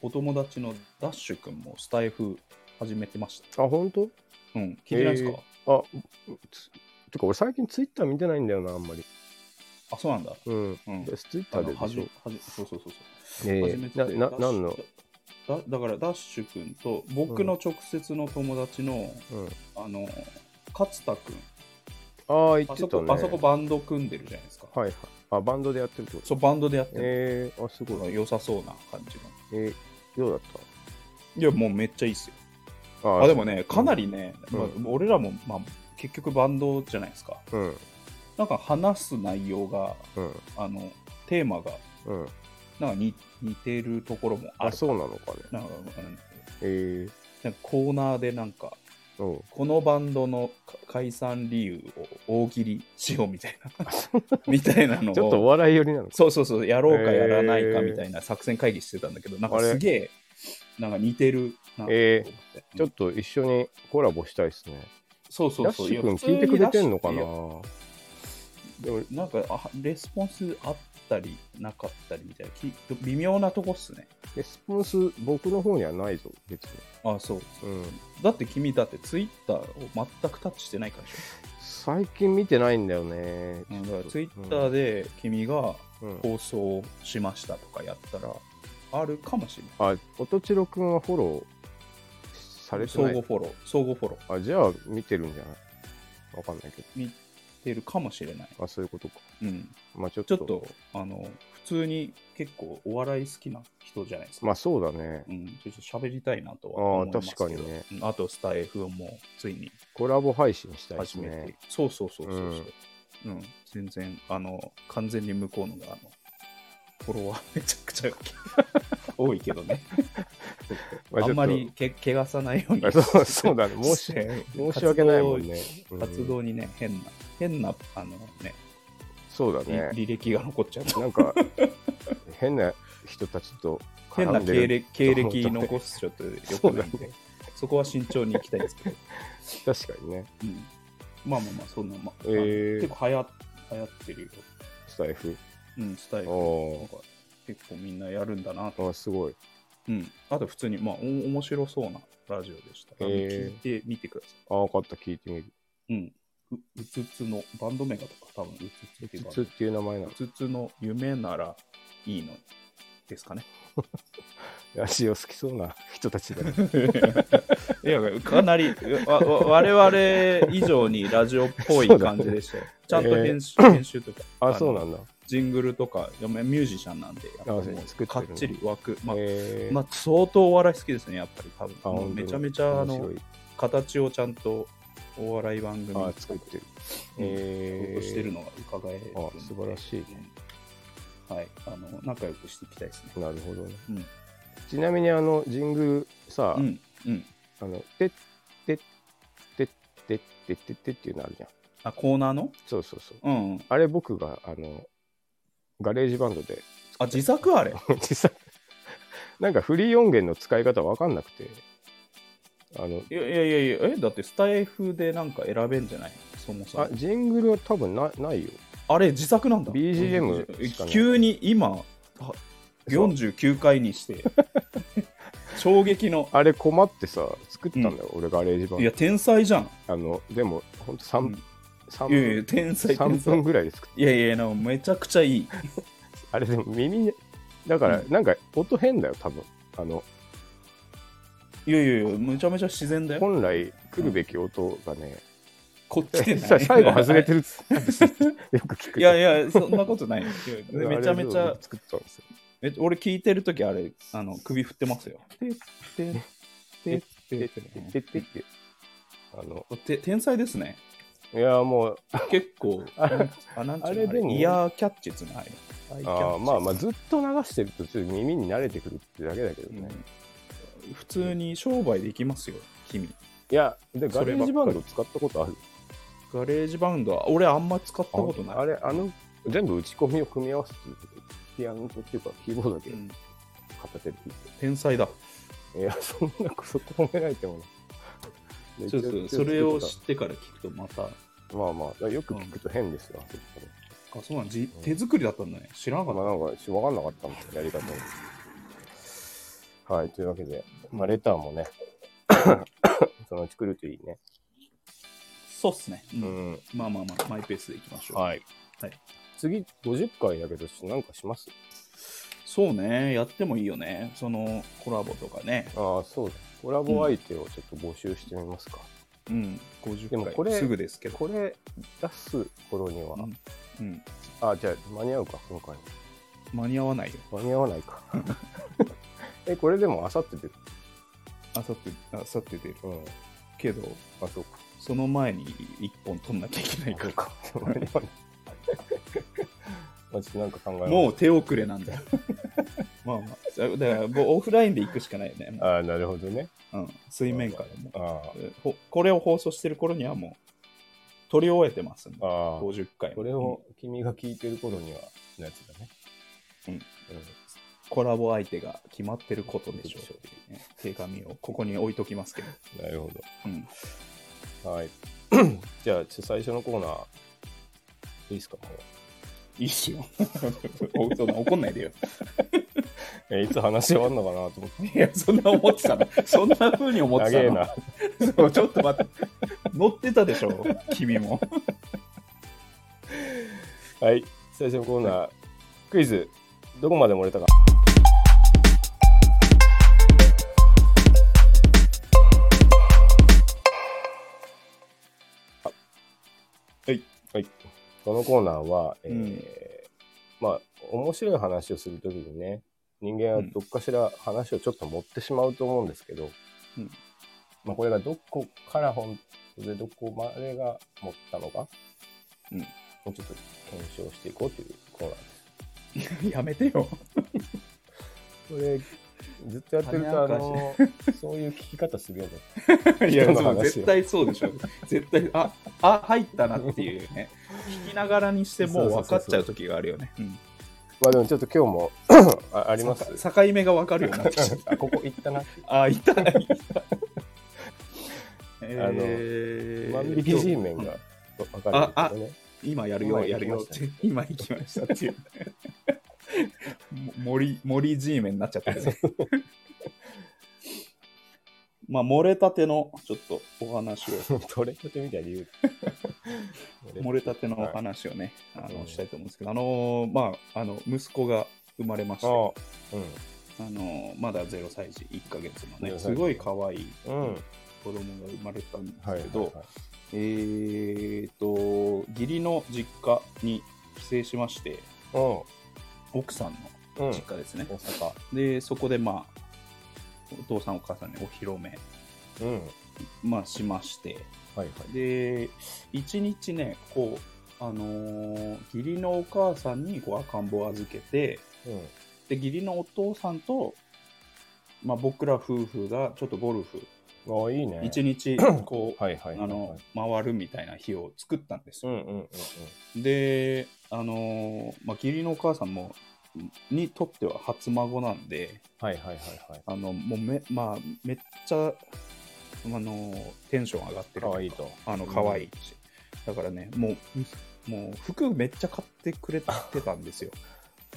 Speaker 1: お友達のダッシュ君もスタイフ始めてました。
Speaker 2: あ、本当
Speaker 1: うん、聞いてないですか、
Speaker 2: あ、つてか俺最近ツイッター見てないんだよな、あんまり。
Speaker 1: あ、そうなんだ。
Speaker 2: うん。
Speaker 1: うん。
Speaker 2: ツイッ
Speaker 1: あ
Speaker 2: ター
Speaker 1: の
Speaker 2: で
Speaker 1: は
Speaker 2: でし
Speaker 1: じ
Speaker 2: ょ。
Speaker 1: はじそうそうそうそう。初め
Speaker 2: え
Speaker 1: て
Speaker 2: えな、な、なんの
Speaker 1: だだからダッシュ君と僕の直接の友達の、
Speaker 2: うん。
Speaker 1: あの勝田君
Speaker 2: ああ、言
Speaker 1: あ
Speaker 2: って
Speaker 1: そ
Speaker 2: た
Speaker 1: こ、
Speaker 2: ね。
Speaker 1: あそこバンド組んでるじゃないですか、
Speaker 2: はいはい。あ、バンドでやってるってこと
Speaker 1: そうバンドでやってる、
Speaker 2: ええあ、すごい。
Speaker 1: 良さそうな感じ
Speaker 2: えー、どうだっ
Speaker 1: のいやもうめっちゃいいっすよ
Speaker 2: たあ
Speaker 1: あでもねかな。りね、
Speaker 2: うん
Speaker 1: まあ俺らも、まあ、結局バンドじゃないですか
Speaker 2: うん。
Speaker 1: なんか話す内容が
Speaker 2: うん。
Speaker 1: あのテーマが
Speaker 2: うん。
Speaker 1: なんか似似てるところもあ
Speaker 2: あ、
Speaker 1: る
Speaker 2: そうなのかね。
Speaker 1: なんかうん
Speaker 2: え
Speaker 1: なんかコーナーでなんか
Speaker 2: えうん。
Speaker 1: このバンドのか解散理由を大喜利しようみたい なみたいなのを
Speaker 2: ちょっとお笑い寄りなのか。
Speaker 1: そうそうそうやろうか
Speaker 2: へー
Speaker 1: やらないかみたいな作戦会議してたんだけど、なんか
Speaker 2: あれ
Speaker 1: すげえなんか似てるな
Speaker 2: えー
Speaker 1: と思って
Speaker 2: ちょっと一緒にコラボしたいですね。
Speaker 1: そうそ
Speaker 2: ラ
Speaker 1: う
Speaker 2: ッ
Speaker 1: そう
Speaker 2: シュ君
Speaker 1: や普通に
Speaker 2: 聞いてくれてんのかな
Speaker 1: や
Speaker 2: いでも
Speaker 1: なんかあレスポンスあったりなかったりみたいなき微妙なとこっすね
Speaker 2: レスポンス僕の方にはないぞ別
Speaker 1: あそう
Speaker 2: に、うん、
Speaker 1: だって君だってツイッターを全くタッチしてないからでし
Speaker 2: 最近見てないんだよね
Speaker 1: ょ、うん、だからツイッターで君が
Speaker 2: うん
Speaker 1: 放送しましたとかやったらあるかもしれない
Speaker 2: あ音千代君はフォローされて
Speaker 1: 相
Speaker 2: な
Speaker 1: 互
Speaker 2: い
Speaker 1: フォロー、相互フォロー
Speaker 2: あじゃあ見てるんじゃないわかんないけ
Speaker 1: 見てるかもしれない。
Speaker 2: どあそういうことか
Speaker 1: うん、
Speaker 2: まあちょっ
Speaker 1: ちょ
Speaker 2: と
Speaker 1: っと、あの、普通に結構お笑い好きな人じゃないですか。
Speaker 2: まあそうだね
Speaker 1: うん、ちょっと喋りたいなとは思いますけど
Speaker 2: あー確かにね
Speaker 1: うんあと、スタイフをもうついに
Speaker 2: コラボ配信したいです
Speaker 1: 始めて、
Speaker 2: ね
Speaker 1: そうそうそうそうそう、うん。全然、あの、完全に向こうのが、あの、フォロワー めちゃくちゃ 多いけどね。
Speaker 2: ま あ
Speaker 1: あ
Speaker 2: ちょっと
Speaker 1: んまりけ汚さないように
Speaker 2: あ そうそうだね 申し
Speaker 1: して
Speaker 2: 申し訳ないもんねうん
Speaker 1: 活動にね、変な、変な、あのね、
Speaker 2: そうだね
Speaker 1: り履歴が残っちゃう。
Speaker 2: なんか 変な人たちと絡
Speaker 1: 変なん
Speaker 2: で
Speaker 1: 経
Speaker 2: る
Speaker 1: 歴経歴残すちょっとよくないんで、そこは慎重にいきたいですけど、
Speaker 2: 確かにね
Speaker 1: うんまあまあまあ、そんな、まあ
Speaker 2: えー
Speaker 1: 結構流行流行ってるよ、
Speaker 2: スタイフ
Speaker 1: うん、スタイル。
Speaker 2: おー
Speaker 1: なんか結構みんなやるんだなと。
Speaker 2: あすごい
Speaker 1: うん、あと普通に、まあ、お面白そうなラジオでした。
Speaker 2: えー
Speaker 1: 聞いてみてくださ
Speaker 2: あ分かった聞いてみる
Speaker 1: い。うん。ううつつの、バンド名がとか多分うつつっていうバン
Speaker 2: つ
Speaker 1: ド
Speaker 2: つっていう名前なの
Speaker 1: うつつの夢ならいいのですかね。
Speaker 2: ラジオ好きそうな人たちだ ね
Speaker 1: いや、かなり、わわ我々以上にラジオっぽい感じでしたよ。ちゃんと編集,、編集とか、
Speaker 2: あそうな
Speaker 1: の
Speaker 2: んだ
Speaker 1: ジングルとか、いやミュージシャンなんで、やっぱもう
Speaker 2: そうです作って
Speaker 1: か
Speaker 2: る
Speaker 1: っ
Speaker 2: ね
Speaker 1: ちり枠、まあ
Speaker 2: えー
Speaker 1: まあ、相当お笑い好きですね、やっぱり、多
Speaker 2: あ
Speaker 1: 分もう
Speaker 2: 本当
Speaker 1: め
Speaker 2: に
Speaker 1: ちゃめちゃあ
Speaker 2: 面
Speaker 1: の
Speaker 2: 白い
Speaker 1: 形をちゃんとお笑い番組
Speaker 2: あ作ってる
Speaker 1: うん
Speaker 2: えー
Speaker 1: してるのが伺えるんで
Speaker 2: あ素晴らしいね
Speaker 1: うんはい、あの仲良くしていきたいですね。
Speaker 2: なるほどね
Speaker 1: うん
Speaker 2: ちなみにあのジングルさ
Speaker 1: うん、うん、
Speaker 2: あの「てってってってってってって」っていうのあるじゃん
Speaker 1: あコーナーの
Speaker 2: そうそうそう
Speaker 1: うんうん。
Speaker 2: あれ僕があのガレージバンドで
Speaker 1: あ、自作あれ
Speaker 2: 実際なんかフリー音源の使い方わかんなくてあの
Speaker 1: いやいやいやいや、え、だってスタイフでなんか選べんじゃないそもそも
Speaker 2: あ。ジングルは多分なないよ
Speaker 1: あれ、自作なんだ。
Speaker 2: BGM
Speaker 1: え
Speaker 2: しかない
Speaker 1: 急に今、は49回にして 衝撃の
Speaker 2: あれ困ってさ作ったんだよ、俺ガレージ版
Speaker 1: いや天才じゃん
Speaker 2: あのでもほんと 3,、
Speaker 1: うん
Speaker 2: 三
Speaker 1: いやいや天才
Speaker 2: 三
Speaker 1: 天
Speaker 2: 分
Speaker 1: 才
Speaker 2: ぐらいで作っ
Speaker 1: いやいやなんかめちゃくちゃいい
Speaker 2: たあれでも耳にだから、
Speaker 1: う
Speaker 2: なんか音変だよ多分あの
Speaker 1: いやいやいやめちゃめちゃ自然だよ
Speaker 2: 本来来るべき音がね、
Speaker 1: こっちでない
Speaker 2: さ最後外れてるっつ よく聞く
Speaker 1: いやいやそんなことないいやめちゃめち
Speaker 2: あれ
Speaker 1: ゃ
Speaker 2: を作ったんですよ
Speaker 1: え俺聞いてるときあれあの首振ってますよ
Speaker 2: ててててててあの
Speaker 1: て天才ですね
Speaker 2: いやもう
Speaker 1: 結構
Speaker 2: あ
Speaker 1: あなんちゅうの
Speaker 2: あれでも
Speaker 1: イヤーキャッチっつうのあれアイキャッチ
Speaker 2: あーまあまあずっと流してるとちょっと耳に慣れてくるってだけだけどね、い
Speaker 1: うん普通に商売できますよ君
Speaker 2: やでガ
Speaker 1: そ
Speaker 2: レ
Speaker 1: れ
Speaker 2: ー
Speaker 1: ばっかり
Speaker 2: ジバンド使ったことある
Speaker 1: ガレージバウンドは俺あんま使ったことない
Speaker 2: あれあの全部打ち込みを組み合わせてピアノとっていうかキーボードだけ
Speaker 1: うん
Speaker 2: 片手で弾い
Speaker 1: 天才だ
Speaker 2: て、いやそんなそこ褒められてもな
Speaker 1: ちょっとそれを知ってから聞くとまた
Speaker 2: まあまあよく聞くと変ですよ、
Speaker 1: あそうなんじ手作りだったんだね知らなかっ
Speaker 2: まあなんか分かんなかったもんやり方がはいというわけで、まあ、レター もねそのうち来るといい
Speaker 1: た
Speaker 2: ね
Speaker 1: そうっすね、うん
Speaker 2: ん
Speaker 1: まあまあまあマイペースでいきましょう、
Speaker 2: はい。
Speaker 1: はい
Speaker 2: 次、50回だけど、なんかします
Speaker 1: そうねやってもいいよねそのコラボとかね
Speaker 2: ああ、そうだ。コラボ相手をちょっと募集してみますか。
Speaker 1: うん
Speaker 2: でも
Speaker 1: 50
Speaker 2: これ
Speaker 1: 回すぐですけど
Speaker 2: これ、出す頃には、
Speaker 1: うんうん、
Speaker 2: あ、じゃあ、間に合うか、今回も。
Speaker 1: 間に合わないよ
Speaker 2: 間に合わな いか。え、これでも、あさってで、
Speaker 1: あさってあさって出る
Speaker 2: うん。
Speaker 1: けど
Speaker 2: あ、そうか。
Speaker 1: その前に1本取んなきゃいけないか
Speaker 2: か。間に合わない。まあ、ちょっとなんか考えま
Speaker 1: ら
Speaker 2: す
Speaker 1: もう手遅れなんだよ まあまあだからもうオフラインで行くしかないよね、
Speaker 2: ああ、なるほどね。
Speaker 1: うん、水面下でも
Speaker 2: あ
Speaker 1: ほこれを放送してる頃にはもう取り終えてますんで
Speaker 2: あ、ああ。
Speaker 1: 50回
Speaker 2: これを君が聞いてる頃には、のやつだね。
Speaker 1: うん
Speaker 2: うん
Speaker 1: コラボ相手が決まってることでしょうっていうね手紙をここに置いときますけど、
Speaker 2: なるほど。
Speaker 1: うん、
Speaker 2: はい。じゃあ、ちょ最初のコーナー、いいですか、も
Speaker 1: いいっすよ おそんな怒んないでよ
Speaker 2: う。えいつ話終わんのかなと思っ
Speaker 1: い
Speaker 2: て。
Speaker 1: やそんな思ってたのそんな風に思って
Speaker 2: 長
Speaker 1: た
Speaker 2: え
Speaker 1: の
Speaker 2: な。
Speaker 1: そう ちょっと待って乗ってたでしょ君も
Speaker 2: はい。最初のコーナー、クイズ、どこまで漏れたか。
Speaker 1: はい。
Speaker 2: はい。このコーナーは、えー
Speaker 1: うん
Speaker 2: まあ、面白い話をするときにね、人間はどっかしら話をちょっと持ってしまうと思うんですけど、
Speaker 1: うん
Speaker 2: まあ、これがどこから本当でどこまでが持ったのか、
Speaker 1: うん
Speaker 2: もうちょっと検証していこうというコーナーです。
Speaker 1: やめてよ
Speaker 2: これ、ずっとやってると、あ
Speaker 1: 種
Speaker 2: の、そういう聞き方するよね。
Speaker 1: いや
Speaker 2: 人の話を
Speaker 1: 絶対そうでしょ絶対ああ入ったなっていうね聞きながらにしてもう分かっちゃう時があるよねうん
Speaker 2: まあでもちょっと今日もああります。
Speaker 1: さか境目が分かるようになってきちゃっ
Speaker 2: あここ行ったな。
Speaker 1: たあいたいた
Speaker 2: の
Speaker 1: えー
Speaker 2: 万引き G 面が分かるんです
Speaker 1: 今やるよ、
Speaker 2: 今
Speaker 1: やるよ
Speaker 2: 行
Speaker 1: っ
Speaker 2: きました
Speaker 1: て、今行きましたっていう。 も森、森 G メンになっちゃった ね。まあ、漏れたての、ちょっとお話を、
Speaker 2: よね。取れたてみたいに言う。
Speaker 1: 漏れたてのお話をね、
Speaker 2: い
Speaker 1: あの、したいと思うんですけど、あのーまあ、あの、息子が生まれまして、あ
Speaker 2: あ
Speaker 1: のーまだ0歳児、1ヶ月の
Speaker 2: 0
Speaker 1: ね、
Speaker 2: 歳児
Speaker 1: すごい可愛い
Speaker 2: あ、うん。うん。
Speaker 1: 子供が生まれたんです
Speaker 2: はい
Speaker 1: け。ど、えーと、義理の実家に帰省しまして、
Speaker 2: はい
Speaker 1: 奥さんの
Speaker 2: うん。うん。
Speaker 1: 実家ですね。
Speaker 2: 大阪。
Speaker 1: で、そこでまあ、お父さんお母さんにお披露目、
Speaker 2: うん。
Speaker 1: まあ、しまして、
Speaker 2: はいはい。
Speaker 1: で、一日ね、こう、あのー義理のお母さんにこう赤ん坊を預けて、
Speaker 2: うん。
Speaker 1: で、義理のお父さんと、まあ、僕ら夫婦がちょっとゴルフ、
Speaker 2: ああ、いいね。
Speaker 1: 一 日こう、
Speaker 2: はいはいはいはい。
Speaker 1: あの、回るみたいな日を作ったんです
Speaker 2: う
Speaker 1: よ。
Speaker 2: んうんうん
Speaker 1: で、あのーまあ、義理のお母さんも、にとっては初孫なんで、
Speaker 2: はいはいはいはい。
Speaker 1: あのもうめ,、まあ、めっちゃあのテンション上がってる
Speaker 2: 可愛いと。
Speaker 1: あの可愛いし、だからねもうむもう服めっちゃ買ってくれてたんですよ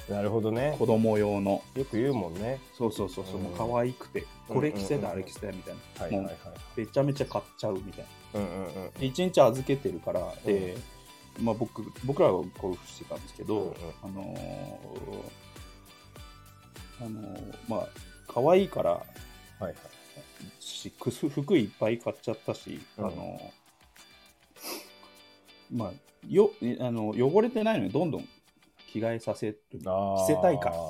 Speaker 2: なるほどね
Speaker 1: 子供用の
Speaker 2: よく言うもんね
Speaker 1: そうそうそうそう
Speaker 2: うん
Speaker 1: もう可愛くてこれ着せたあ
Speaker 2: うんうんうん
Speaker 1: れ着せたみたいな
Speaker 2: はいはいはい
Speaker 1: めちゃめちゃ買っちゃうみたいな
Speaker 2: うんうんう
Speaker 1: で
Speaker 2: ん
Speaker 1: 1日預けてるからで、まあ、僕僕らはゴルフしてたんですけど、
Speaker 2: うんうん
Speaker 1: あのーあのーまあ可愛いから
Speaker 2: はいはい
Speaker 1: しくす服いっぱい買っちゃったし、
Speaker 2: うん
Speaker 1: あのまあよえあの汚れてないのにどんどん着替えさせる、
Speaker 2: 着
Speaker 1: 着せたいから
Speaker 2: も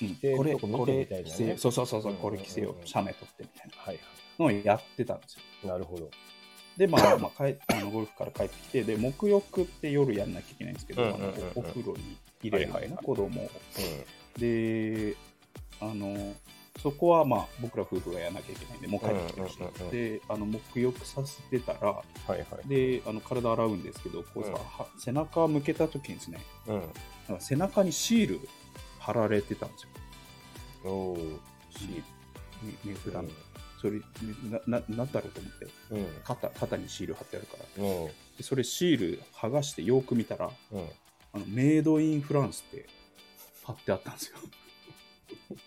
Speaker 2: う
Speaker 1: うん
Speaker 2: てる
Speaker 1: これ
Speaker 2: とこ見
Speaker 1: こ
Speaker 2: てみ
Speaker 1: れ
Speaker 2: たいなね
Speaker 1: 着せようそうそうそうそう、
Speaker 2: うんうん
Speaker 1: こ
Speaker 2: うん
Speaker 1: れ着せよう写メ撮ってみたいな
Speaker 2: はいは
Speaker 1: のをやってたんですよ
Speaker 2: いなるほど
Speaker 1: でまあ、まあ、帰 あのゴルフから帰ってきてで沐浴って夜やんなきゃいけないんですけど、
Speaker 2: うんうんうんうん
Speaker 1: あのおお風呂に入れるのね
Speaker 2: はいはいはい
Speaker 1: 子供を
Speaker 2: う
Speaker 1: であのそこはまあ僕ら夫婦がやらなきゃいけないんでもう帰ってきてほしい、
Speaker 2: うんうんうんうん
Speaker 1: であの沐浴させてたら
Speaker 2: んはいはい
Speaker 1: であの体洗うんですけどこうさ、
Speaker 2: うん
Speaker 1: は背中向けた時にですね
Speaker 2: うん
Speaker 1: なんか背中にシール貼られてたんですよ
Speaker 2: おおー
Speaker 1: シールみミフラのそれなななんだろうと思って
Speaker 2: うん
Speaker 1: 肩肩にシール貼ってあるから
Speaker 2: うんうん
Speaker 1: でそれシール剥がしてよく見たら
Speaker 2: うん
Speaker 1: あのメイドインフランスって貼ってあったんですよ。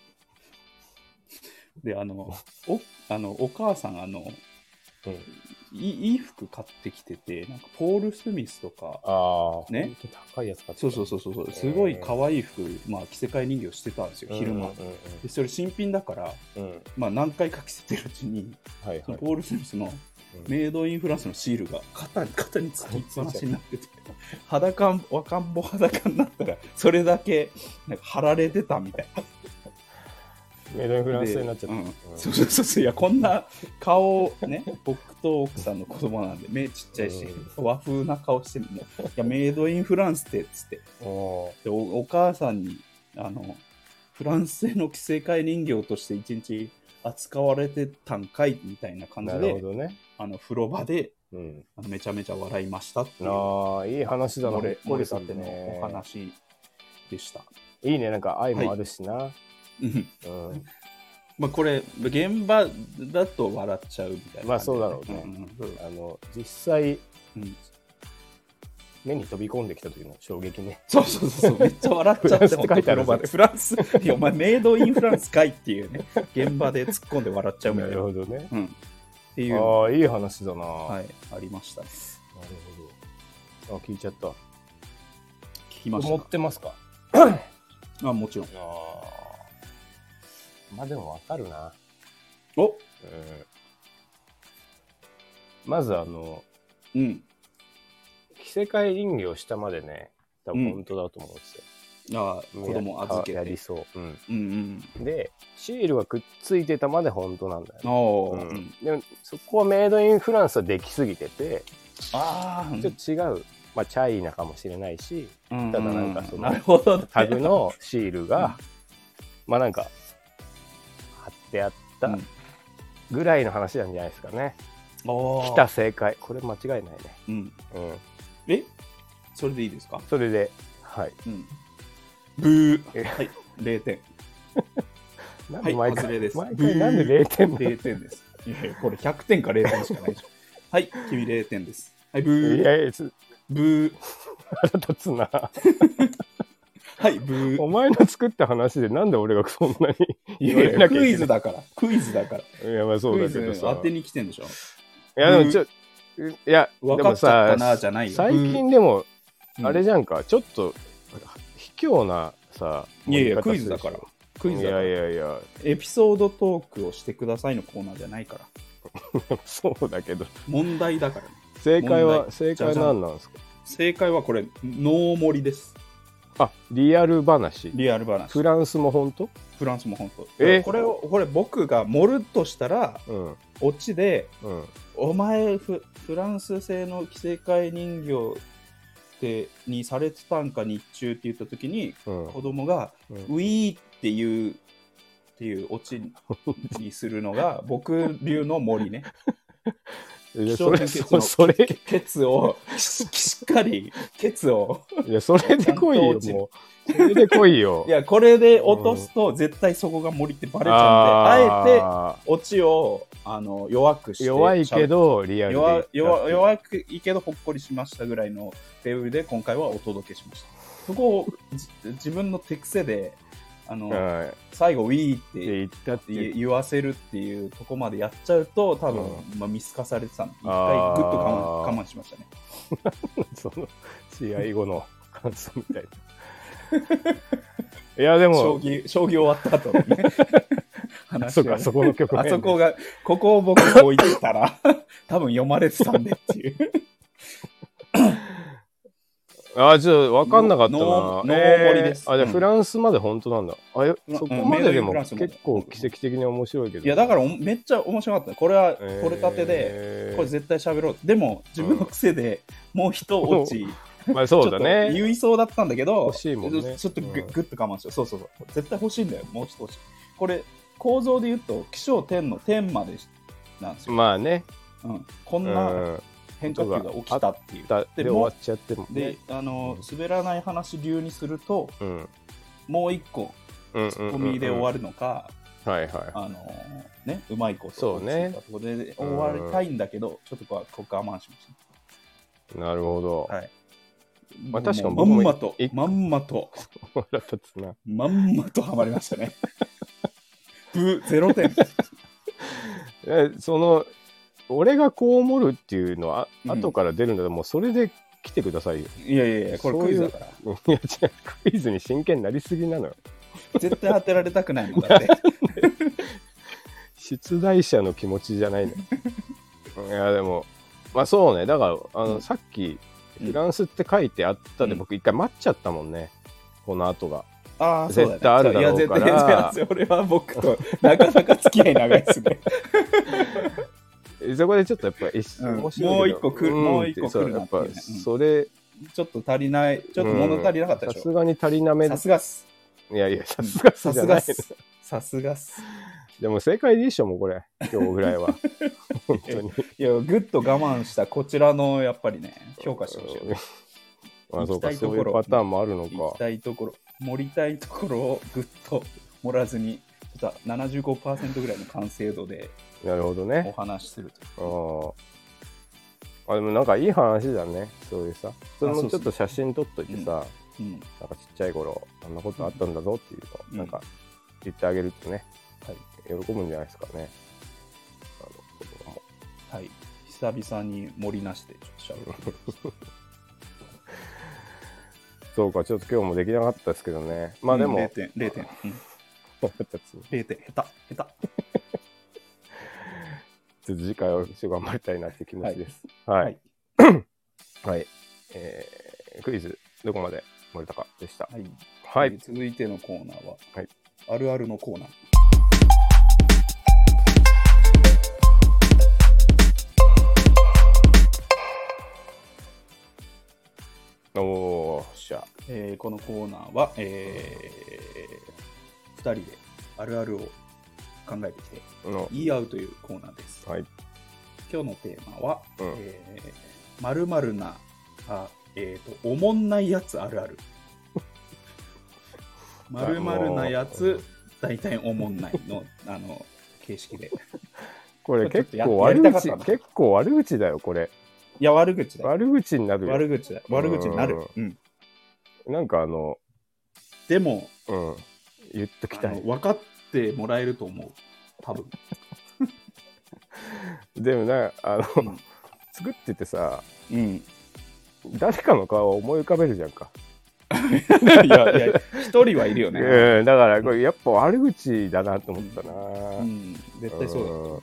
Speaker 1: であのおあのお母さんあの
Speaker 2: うん
Speaker 1: いいいい服買ってきててなんかポール・スミスとか
Speaker 2: ああ
Speaker 1: ね
Speaker 2: ほんと高いやつ買って
Speaker 1: そうそうそうそうそうすごい可愛い服、まあ、着せ替え人形してたんですよ
Speaker 2: うん
Speaker 1: 昼間、
Speaker 2: うん
Speaker 1: でそれ新品だから、
Speaker 2: うんうん
Speaker 1: まあ、何回か着せてるうちに
Speaker 2: はい
Speaker 1: その
Speaker 2: はい
Speaker 1: ポール・スミスの
Speaker 2: うん
Speaker 1: メイドインフランスのシールが肩に肩につきっぱなしになってて裸ん若んぼ裸になったらそれだけなんか貼られてたみたいな
Speaker 2: メイドインフランスになっちゃった
Speaker 1: でうん
Speaker 2: うん
Speaker 1: そうそうそうそういやこんな顔をね僕と奥さんの子供なんで目ちっちゃいし和風な顔してるんでいやメイドインフランスってっつって
Speaker 2: おー
Speaker 1: でおお母さんにあのフランス製の着せ替え人形として一日扱われてたんかいみたいな感じ
Speaker 2: なるほ
Speaker 1: で
Speaker 2: どね
Speaker 1: あの風呂場で
Speaker 2: うん
Speaker 1: あのめちゃめちゃ笑いましたっていう
Speaker 2: ああいい話だな
Speaker 1: 漏れ
Speaker 2: ほ
Speaker 1: 漏
Speaker 2: っこり
Speaker 1: れ
Speaker 2: す
Speaker 1: た
Speaker 2: る
Speaker 1: てのお話でした。
Speaker 2: いいねなんか愛もあるしな
Speaker 1: うん
Speaker 2: うん
Speaker 1: まあこれ現場だと笑っちゃうみたいな感じ。
Speaker 2: まあそうだろうね
Speaker 1: んんうん
Speaker 2: あの実際
Speaker 1: うん
Speaker 2: 目に飛び込んできた時の衝撃ね
Speaker 1: そうそうそうそうめっちゃ笑っちゃって
Speaker 2: フランスって書いてある
Speaker 1: 本当フランス。いやお前メイドインフランスかいっていうね現場で突っ込んで笑っちゃうみた
Speaker 2: ないる
Speaker 1: な。
Speaker 2: ほどね
Speaker 1: うんっていうの
Speaker 2: ああいい話だな
Speaker 1: が
Speaker 2: は
Speaker 1: はいありましたね。
Speaker 2: なるほどあ聞いちゃった
Speaker 1: 聞きま
Speaker 2: 持
Speaker 1: し
Speaker 2: ってますか
Speaker 1: た。あもちろん。
Speaker 2: あーまあでもわかるな
Speaker 1: お
Speaker 2: うんまずあの
Speaker 1: うん
Speaker 2: 着せ替え人形下までね多分本当だと思うんですよ、
Speaker 1: あ子供預け
Speaker 2: やり
Speaker 1: て。
Speaker 2: そう、うん
Speaker 1: うん
Speaker 2: でシールがくっついてたまで本当なんだ
Speaker 1: う
Speaker 2: よ
Speaker 1: ん。
Speaker 2: ね、
Speaker 1: お
Speaker 2: う
Speaker 1: ーうんん、
Speaker 2: でもそこはメイドインフランスはできすぎてて
Speaker 1: ああ
Speaker 2: ちょっと違う、まあ、チャイナかもしれないし
Speaker 1: と
Speaker 2: ただなんかその
Speaker 1: なるほどね。
Speaker 2: タグのシールが、まあなんか貼ってあったぐらいの話なんじゃないですかね、
Speaker 1: お
Speaker 2: 来た正解これ間違いないね、
Speaker 1: うん、
Speaker 2: うん、
Speaker 1: えそれでいいですか、
Speaker 2: それではい
Speaker 1: うん、ブ
Speaker 2: え
Speaker 1: ーはい0点
Speaker 2: な
Speaker 1: は
Speaker 2: ん
Speaker 1: い
Speaker 2: で毎
Speaker 1: 外
Speaker 2: 回、
Speaker 1: れです
Speaker 2: 毎回なんで0点なの
Speaker 1: 0点ですいやいやこれ100点か0点しかないでしょ はい君0点ですはいブ
Speaker 2: い
Speaker 1: ー
Speaker 2: やいやつ
Speaker 1: ブー
Speaker 2: 腹立つ な
Speaker 1: はいブー
Speaker 2: お前の作った話でなんで俺がそんなに
Speaker 1: い
Speaker 2: 言われ
Speaker 1: や
Speaker 2: なきゃ
Speaker 1: クイ
Speaker 2: いけ
Speaker 1: ズ
Speaker 2: ない
Speaker 1: だからクイズだから
Speaker 2: いやまあそう
Speaker 1: クイ
Speaker 2: だけ
Speaker 1: ズ
Speaker 2: ど
Speaker 1: 当
Speaker 2: さ
Speaker 1: てに来てんでしょ
Speaker 2: いやでもちょいや
Speaker 1: 分
Speaker 2: で
Speaker 1: か
Speaker 2: も
Speaker 1: っちゃ
Speaker 2: さ
Speaker 1: ったなじゃないよ
Speaker 2: 最
Speaker 1: ブ
Speaker 2: 近でも
Speaker 1: ー
Speaker 2: あれじゃんか、ちょっと卑怯なさ
Speaker 1: いやいや
Speaker 2: 盛
Speaker 1: ク
Speaker 2: り
Speaker 1: イ
Speaker 2: 方す
Speaker 1: ズだ
Speaker 2: るでしょ
Speaker 1: からクイズだから
Speaker 2: いやいやいや
Speaker 1: エピソードトークをしてくださいのコーナーじゃないから
Speaker 2: そうだけど
Speaker 1: 問題だからね
Speaker 2: 正解
Speaker 1: 問
Speaker 2: は
Speaker 1: 題
Speaker 2: 正解なんなんですか
Speaker 1: 正解はこれノーモリです
Speaker 2: あリアル話
Speaker 1: リアル話
Speaker 2: フランスも本当
Speaker 1: フランスも本当。
Speaker 2: え
Speaker 1: これを、これ僕が盛るとしたら、
Speaker 2: うん
Speaker 1: オチで、
Speaker 2: うん
Speaker 1: お前フ、フランス製の着せ替え人形でにされてたんか、日中って言った時に、
Speaker 2: うん
Speaker 1: 子供が、
Speaker 2: うん
Speaker 1: ウィーっていう、っていうオチ にするのが、僕流の森ね。
Speaker 2: い
Speaker 1: 気
Speaker 2: やそ
Speaker 1: 象
Speaker 2: れ
Speaker 1: 点
Speaker 2: そ
Speaker 1: 結の
Speaker 2: それ
Speaker 1: ケツを、ししっかり、ケツを。
Speaker 2: いやそれで来いよ
Speaker 1: ちゃんと
Speaker 2: もうそれで来いよ
Speaker 1: いや、これで落とすと、絶対そこが森ってバレちゃうんで、あえて、
Speaker 2: あ
Speaker 1: オチをあの弱くして
Speaker 2: え弱いけどリアルで
Speaker 1: 弱弱弱くいいけどほっこりしましたぐらいのレベルで今回はお届けしました。そこをじ自分の手癖で、あの、
Speaker 2: はい。
Speaker 1: 最後、ウィーっ
Speaker 2: で、
Speaker 1: て
Speaker 2: 行ったって
Speaker 1: 言
Speaker 2: いう。
Speaker 1: 言わせるっていうとこまでやっちゃうと、多分、まあ、見透かされてたんで、一回ぐっと我
Speaker 2: あー
Speaker 1: 慢我慢しましたね。
Speaker 2: その、試合後の感想みたいな。いや、で
Speaker 1: 将
Speaker 2: も、
Speaker 1: 棋、将棋終わった後 にね。話
Speaker 2: そ
Speaker 1: を
Speaker 2: っ
Speaker 1: ね
Speaker 2: か、そこの曲
Speaker 1: あそこが、ここを僕が置いてたら、 多分読まれてたんでっていう。
Speaker 2: あ、ちょっと分かんなかったな。
Speaker 1: ノーノー
Speaker 2: えー
Speaker 1: 森です
Speaker 2: あ、じゃあ
Speaker 1: うん
Speaker 2: フランスまで本当なんだ。あよ
Speaker 1: うん
Speaker 2: そこまでで
Speaker 1: うんメイドインフ
Speaker 2: も
Speaker 1: ランスまで
Speaker 2: 結構奇跡的に面白いけど。、
Speaker 1: いや、だかららおめっちゃ面白かった。これは取れたてで、
Speaker 2: で
Speaker 1: これ絶対喋ろう。でも、自分の癖でもう一落ち、
Speaker 2: まあ そうだ
Speaker 1: ちょっと
Speaker 2: ね。
Speaker 1: 言いそうだったんだけど、
Speaker 2: 欲しいもんね
Speaker 1: ちょっとぐ
Speaker 2: うん
Speaker 1: ぐっと我慢しよう。そうそうそう。絶対欲しいんだよ、もう一押し。これ、構造で言うと、気象天の天までなんですよ。
Speaker 2: まあね。
Speaker 1: うん、こ
Speaker 2: うん。
Speaker 1: なん変化球が起きたっていう。
Speaker 2: だで
Speaker 1: で
Speaker 2: 終わっちゃっても
Speaker 1: で
Speaker 2: ね。、
Speaker 1: あの、滑らない話流にすると、
Speaker 2: うん。
Speaker 1: もう一個、
Speaker 2: うん
Speaker 1: ツッコミで終わ
Speaker 2: る。
Speaker 1: るのか、
Speaker 2: はいはい。
Speaker 1: あのね、うまいこと、
Speaker 2: そうね
Speaker 1: ここで終わりたいんだけど、ちょっとこう我慢しまし
Speaker 2: なるほど
Speaker 1: た。。はい。
Speaker 2: まあ確か
Speaker 1: も
Speaker 2: に
Speaker 1: う
Speaker 2: 僕も
Speaker 1: まんまと
Speaker 2: 一、個
Speaker 1: まんまと、
Speaker 2: 腹立つな。
Speaker 1: まんまとハマりましたね。ブーゼロ点。
Speaker 2: え、その、俺がこう思るっていうのは、
Speaker 1: うん
Speaker 2: あ後から出るんだったら、もうそれで来てくださいよ。
Speaker 1: いやいやいや、これクイズだから。
Speaker 2: いや、違う、クイズに真剣になりすぎなのよ。
Speaker 1: 絶対当てられたくないもんだって。
Speaker 2: 出題者の気持ちじゃない ねいやでもまあそうねだからあの、
Speaker 1: うん
Speaker 2: さっき
Speaker 1: うん
Speaker 2: フランスって書いてあったで、
Speaker 1: うん
Speaker 2: 僕一回待っちゃったもんねこの後が
Speaker 1: ああ、そうだ、ね、
Speaker 2: 絶対あるだろうから
Speaker 1: いや、絶対全然俺は僕となかなか付き合い長いですね。
Speaker 2: えそこでちょっとやっぱ一瞬
Speaker 1: うん
Speaker 2: 面白いけど
Speaker 1: もう一個来る
Speaker 2: ん
Speaker 1: もう一個
Speaker 2: そう
Speaker 1: 来るな
Speaker 2: や
Speaker 1: っ
Speaker 2: って
Speaker 1: いう
Speaker 2: ぱ
Speaker 1: ねうん
Speaker 2: それ
Speaker 1: ちょっと足りない、ちょっと物足りなかった
Speaker 2: さ
Speaker 1: でし
Speaker 2: す
Speaker 1: ょ。
Speaker 2: がに足りなめ
Speaker 1: さ
Speaker 2: です
Speaker 1: がっす。
Speaker 2: いやいやさすがっす
Speaker 1: さ
Speaker 2: じゃ
Speaker 1: すが
Speaker 2: ない
Speaker 1: っす。さすがっす。
Speaker 2: でも正解でいいっしょもうこれ今日ぐらい は本当に
Speaker 1: いや、ぐっと我慢したこちらの、やっぱりね、評価してほしいよね。
Speaker 2: まあそ
Speaker 1: 行
Speaker 2: う
Speaker 1: きた
Speaker 2: か
Speaker 1: いと
Speaker 2: そう
Speaker 1: ころ
Speaker 2: いうパターンもあるの
Speaker 1: 行き
Speaker 2: か
Speaker 1: たいところ、盛りたいところをぐっと盛らずに、ちょっと75%ぐらいの完成度で
Speaker 2: なるほど
Speaker 1: お
Speaker 2: ね
Speaker 1: 話しすると。
Speaker 2: ああでもなんかいい話だねそういうさそれ
Speaker 1: あそうそ
Speaker 2: もち
Speaker 1: う
Speaker 2: ょっと写真撮っといてさ、
Speaker 1: うん、
Speaker 2: なんかちっちゃい頃あんなことあったんだぞっていうのを、
Speaker 1: うん
Speaker 2: なんか言ってあげるとね、
Speaker 1: はい
Speaker 2: 喜ぶんじゃないですかね。あの子供も
Speaker 1: はい。久々に盛りなしでちょっと喋る。
Speaker 2: そうかちょっと今日もできなかったですけどねまあでも、
Speaker 1: 0点、0点、うん、0点、下手、下
Speaker 2: ちょっと次回は一緒頑張りたいなって気持ちです。
Speaker 1: 手。
Speaker 2: はい、はい。 えークイズどこまで森高でした。
Speaker 1: はい。
Speaker 2: はい、
Speaker 1: えー続いてのコーナーは、
Speaker 2: はい
Speaker 1: あるあるのコーナー。
Speaker 2: おおーよっしゃ
Speaker 1: えーこのコーナーは、え2人であるあるを考えてきて
Speaker 2: の
Speaker 1: 言い合うというコーナーです。
Speaker 2: はい
Speaker 1: 今日のテーマは、
Speaker 2: うん
Speaker 1: えー、〇〇な、あ、えっ、と、おもんないやつある ある。〇〇なやつ、大体おもんない の、あの、形式で。
Speaker 2: こ
Speaker 1: ち
Speaker 2: れ
Speaker 1: ょっと
Speaker 2: 結
Speaker 1: や
Speaker 2: 構
Speaker 1: や
Speaker 2: 悪
Speaker 1: りたかったな
Speaker 2: 口結構悪口だよこれ
Speaker 1: いや、悪口だよ。
Speaker 2: 悪口になるよ
Speaker 1: 悪口だよ。悪口になる。うん。
Speaker 2: なんかあの
Speaker 1: でも、
Speaker 2: うん言っとき
Speaker 1: あ
Speaker 2: たい
Speaker 1: の分かってもらえると思う。多分。
Speaker 2: でもなあの、
Speaker 1: うん
Speaker 2: 作っててさ
Speaker 1: うん。
Speaker 2: 誰かの顔を思い浮かべるじゃんか、
Speaker 1: いやいや、一人はいるよ ね。
Speaker 2: うんだからこれやっぱ悪口だなと思ったな、
Speaker 1: うん、絶対そうだと思う。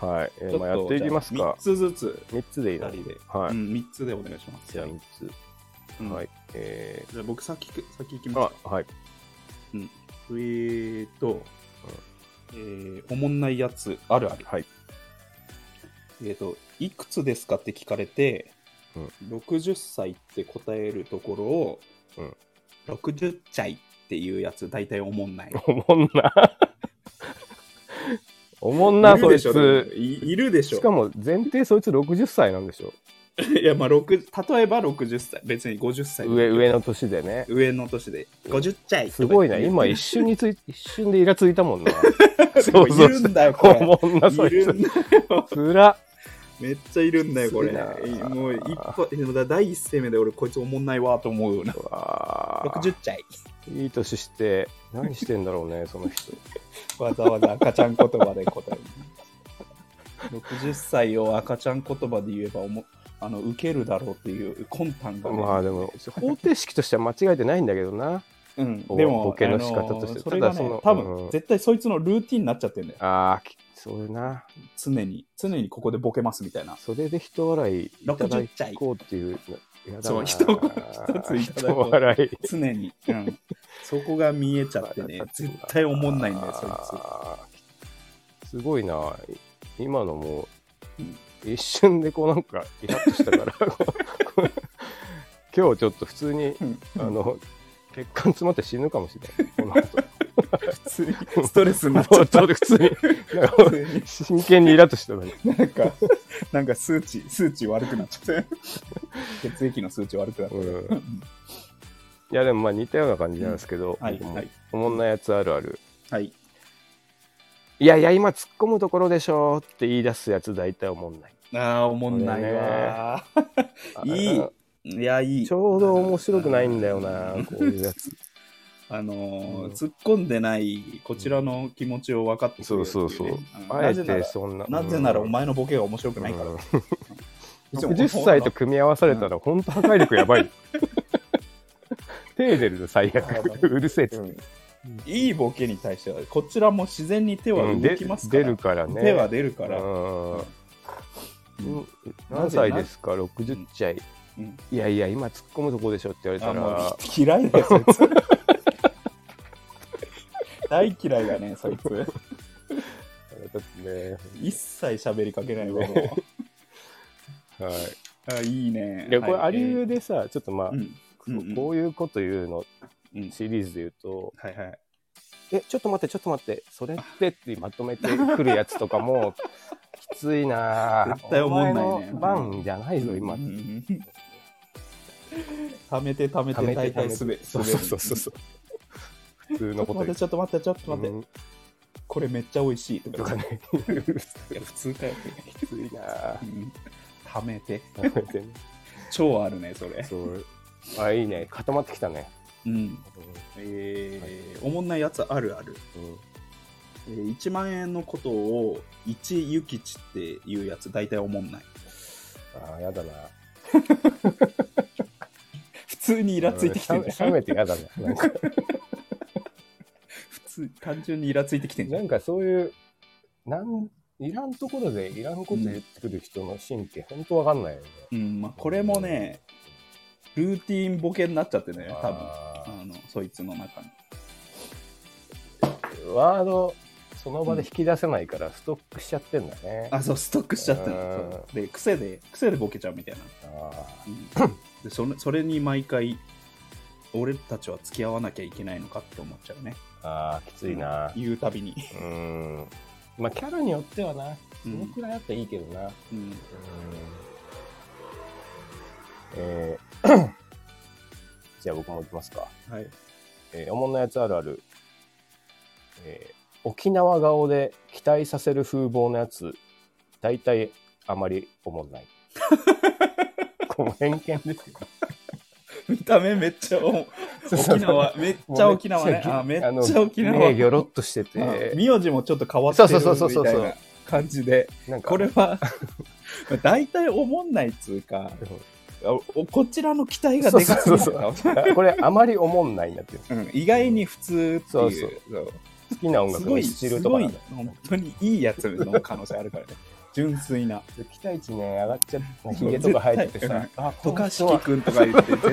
Speaker 1: はい。
Speaker 2: はい、えーまあ、やっていきます
Speaker 1: じゃあ
Speaker 2: か
Speaker 1: 3つずつ、
Speaker 2: 3つでいい
Speaker 1: 二
Speaker 2: の
Speaker 1: 人で。
Speaker 2: はい、
Speaker 1: うん、3つでお願いします。
Speaker 2: じゃあ3つ、
Speaker 1: うん
Speaker 2: はいえ
Speaker 1: じゃあ僕先く、先行き
Speaker 2: ー、
Speaker 1: ま
Speaker 2: あ
Speaker 1: すか。
Speaker 2: はい
Speaker 1: えーと、えー、おもんないやつあるある。
Speaker 2: はい
Speaker 1: えーと、いくつですかって聞かれて、
Speaker 2: うん
Speaker 1: 60歳って答えるところを、
Speaker 2: うん
Speaker 1: 60歳っていうやつ、大体おもんない。
Speaker 2: おもん なおもんな
Speaker 1: る
Speaker 2: いそ
Speaker 1: で
Speaker 2: い
Speaker 1: しょでも
Speaker 2: つ
Speaker 1: いいるでしょ
Speaker 2: しかも前提そいつ60歳なんでしょ
Speaker 1: いや、まあ、6例えば60歳、別に50歳。
Speaker 2: 上上の年でね
Speaker 1: 上の年で。50歳
Speaker 2: すごい
Speaker 1: と
Speaker 2: な
Speaker 1: か言って
Speaker 2: 今 一瞬につ い一瞬でイラ ついたもんな
Speaker 1: でもいるんだよ、こ
Speaker 2: お
Speaker 1: れ。
Speaker 2: もんなそ
Speaker 1: い
Speaker 2: い
Speaker 1: る
Speaker 2: つ
Speaker 1: んだよ。
Speaker 2: つら
Speaker 1: めっちゃいるんだよ、これ。
Speaker 2: きついな
Speaker 1: えもう一歩、えでもだ第一声目で俺、こいつおもんないわと思うよな。
Speaker 2: うわー
Speaker 1: 60ちゃい。
Speaker 2: いい年して、何してんだろうね、そ の人。
Speaker 1: わざわざ赤ちゃん言葉で答える。60歳を赤ちゃん言葉で言えばおも、あの、受けるだろうっていう魂胆がね、
Speaker 2: まあでも、方程式としては間違えてないんだけどな。
Speaker 1: うん、
Speaker 2: ぼ
Speaker 1: でも、
Speaker 2: ボケの仕方として
Speaker 1: あのー
Speaker 2: た
Speaker 1: そ
Speaker 2: だ
Speaker 1: れが
Speaker 2: その
Speaker 1: ね、多
Speaker 2: うん
Speaker 1: 分、絶対そいつのルーティンになっちゃってんだよ。
Speaker 2: ああ、きそういうな。
Speaker 1: 常に、常にここでボケますみたいな。
Speaker 2: それで人笑いいただこうっていう。やだな
Speaker 1: そう人一ついただこう
Speaker 2: 人笑い。
Speaker 1: 常に。うん。そこが見えちゃってね、絶対おもんないんだよ、そいつ。
Speaker 2: あーすごいな。今のもう
Speaker 1: うん、
Speaker 2: 一瞬でこうなんか、イラッとしたから。 今日ちょっと普通に、あの、血管詰まって死ぬかもしれない。この後
Speaker 1: 普通にストレスになっちゃ
Speaker 2: 本
Speaker 1: った
Speaker 2: 当。に普通になんか
Speaker 1: 普通に
Speaker 2: 真剣にイラッとしてたのに
Speaker 1: なんか、なんか数値、数値悪くなっち ゃって。血液の数値悪くなっちゃっ
Speaker 2: うんいやでもまあ似たような感じなんですけど、
Speaker 1: た。はい、
Speaker 2: 僕も
Speaker 1: はい、
Speaker 2: おもんないやつあるある
Speaker 1: はい。
Speaker 2: いやいや今突っ込むところでしょって言い出すやつ大体おもんない
Speaker 1: ああ、おもんないわー。い
Speaker 2: あ
Speaker 1: い。いや、いい。
Speaker 2: ちょうど面白くないんだよなこういうや つ
Speaker 1: あのー
Speaker 2: うん
Speaker 1: 突っ込んでないこちらの気持ちを分かってくれるっていねん
Speaker 2: あ
Speaker 1: な
Speaker 2: え
Speaker 1: ぜな
Speaker 2: て
Speaker 1: ら
Speaker 2: そんな
Speaker 1: なぜならお前のボケが面白 くないから。
Speaker 2: うん
Speaker 1: いつも
Speaker 2: 60歳と組み合わされたら本当破壊力や ばいテーデルの最悪うるせえっつって
Speaker 1: うんいいボケに対してはこちらも自然に手は
Speaker 2: うん
Speaker 1: 動
Speaker 2: で
Speaker 1: きますから、
Speaker 2: 出るからね
Speaker 1: 手は出るから、
Speaker 2: うんうん
Speaker 1: な
Speaker 2: 何
Speaker 1: ぜな
Speaker 2: 歳ですか60歳、
Speaker 1: うん
Speaker 2: いやいや今突っ込むとこでしょって言われた
Speaker 1: あも
Speaker 2: ら
Speaker 1: う嫌いだよそいつ 大嫌いだねそいつ
Speaker 2: だって
Speaker 1: 一切喋りかけないわも
Speaker 2: ね、は
Speaker 1: うあいいね
Speaker 2: い、でこれ
Speaker 1: はい
Speaker 2: アリウでさちょっとまあ、
Speaker 1: うんうんうん
Speaker 2: こういうこと言うの
Speaker 1: うん
Speaker 2: シリーズで言うと
Speaker 1: はいはい
Speaker 2: 「えちょっと待ってちょっと待ってそれって」ってまとめ てくるやつとかもきついなぁ
Speaker 1: 絶対思んないね
Speaker 2: お前の番じゃないぞ今
Speaker 1: うんうんうん 貯めて貯めて大体すべ
Speaker 2: そうそうそうそうそう普通
Speaker 1: ちょ
Speaker 2: の
Speaker 1: っと
Speaker 2: こと
Speaker 1: 待っ
Speaker 2: 言
Speaker 1: て
Speaker 2: う
Speaker 1: ちょっと待ってちょっと待って、
Speaker 2: うん
Speaker 1: これめっちゃ美味しいと
Speaker 2: と
Speaker 1: か
Speaker 2: かね うるさ
Speaker 1: いや普通かよ、
Speaker 2: いきついなぁ
Speaker 1: うん、貯めて
Speaker 2: やめてね
Speaker 1: 超あるねそれ
Speaker 2: そうあいいね固まってきたね、
Speaker 1: うん
Speaker 2: う
Speaker 1: えーおもんないやつあるある、
Speaker 2: んうん
Speaker 1: えー1万円のことを一諭吉っていうやつ大体おもんない
Speaker 2: ああやだな
Speaker 1: 普通にイ
Speaker 2: イ
Speaker 1: ラついてきてんじゃん
Speaker 2: 冷めてやだななんか
Speaker 1: 普通単純にイラついてきてんじゃ
Speaker 2: なんんかそういう、なん、いらんところでいらんこと言ってくる人の心って本当わかんないよね。
Speaker 1: うんまあ、これもねルーティンボケになっちゃってね多分あ
Speaker 2: あ
Speaker 1: のそいつの中に
Speaker 2: ーワード、その場で引き出せないからストックしちゃってんだね。
Speaker 1: あそうストックしちゃった
Speaker 2: う
Speaker 1: の
Speaker 2: ん
Speaker 1: そうで癖で癖でボケちゃうみたいな
Speaker 2: あ
Speaker 1: でそれそれに毎回俺たちは付き合わなきゃいけないのかって思っちゃうね
Speaker 2: ーあー、きついな。
Speaker 1: 言うたびに、
Speaker 2: うん。まあ、キャラによってはな、そのくらいあったらいいけどな。
Speaker 1: うん、
Speaker 2: えー じゃあ僕も行きますか。
Speaker 1: はい
Speaker 2: えーおもんなやつあるある。えー沖縄顔で期待させる風貌のやつ、大体あまりおもん ない。この偏見ですよ。
Speaker 1: 見た目めっちゃお沖縄 めっちゃ沖縄ねあめっちゃ沖縄
Speaker 2: 目ギョロっとして
Speaker 1: あ
Speaker 2: て、
Speaker 1: 名字もちょっと変わってるみ
Speaker 2: そうそうそう
Speaker 1: た
Speaker 2: そう
Speaker 1: い
Speaker 2: そう
Speaker 1: な感じで
Speaker 2: なんか、
Speaker 1: これは大体おもんないっつうかあおこちらの期待がでかすぎ
Speaker 2: そう
Speaker 1: た
Speaker 2: うんこれあまりおもんないになってる。
Speaker 1: うん意外に普通って
Speaker 2: そう
Speaker 1: い
Speaker 2: そう
Speaker 1: うそう
Speaker 2: 好きな音
Speaker 1: す
Speaker 2: 楽
Speaker 1: ご
Speaker 2: の
Speaker 1: い
Speaker 2: スチ
Speaker 1: す
Speaker 2: ルとか
Speaker 1: ごい
Speaker 2: なんだ
Speaker 1: 本当にいいやつの可能性あるからね純粋な
Speaker 2: 期待値ね、上がっちゃって、ヒゲとか生えてて
Speaker 1: 絶
Speaker 2: さ、あ、
Speaker 1: 渡
Speaker 2: この
Speaker 1: 嘉
Speaker 2: 人
Speaker 1: 敷
Speaker 2: は
Speaker 1: くんとか 言って絶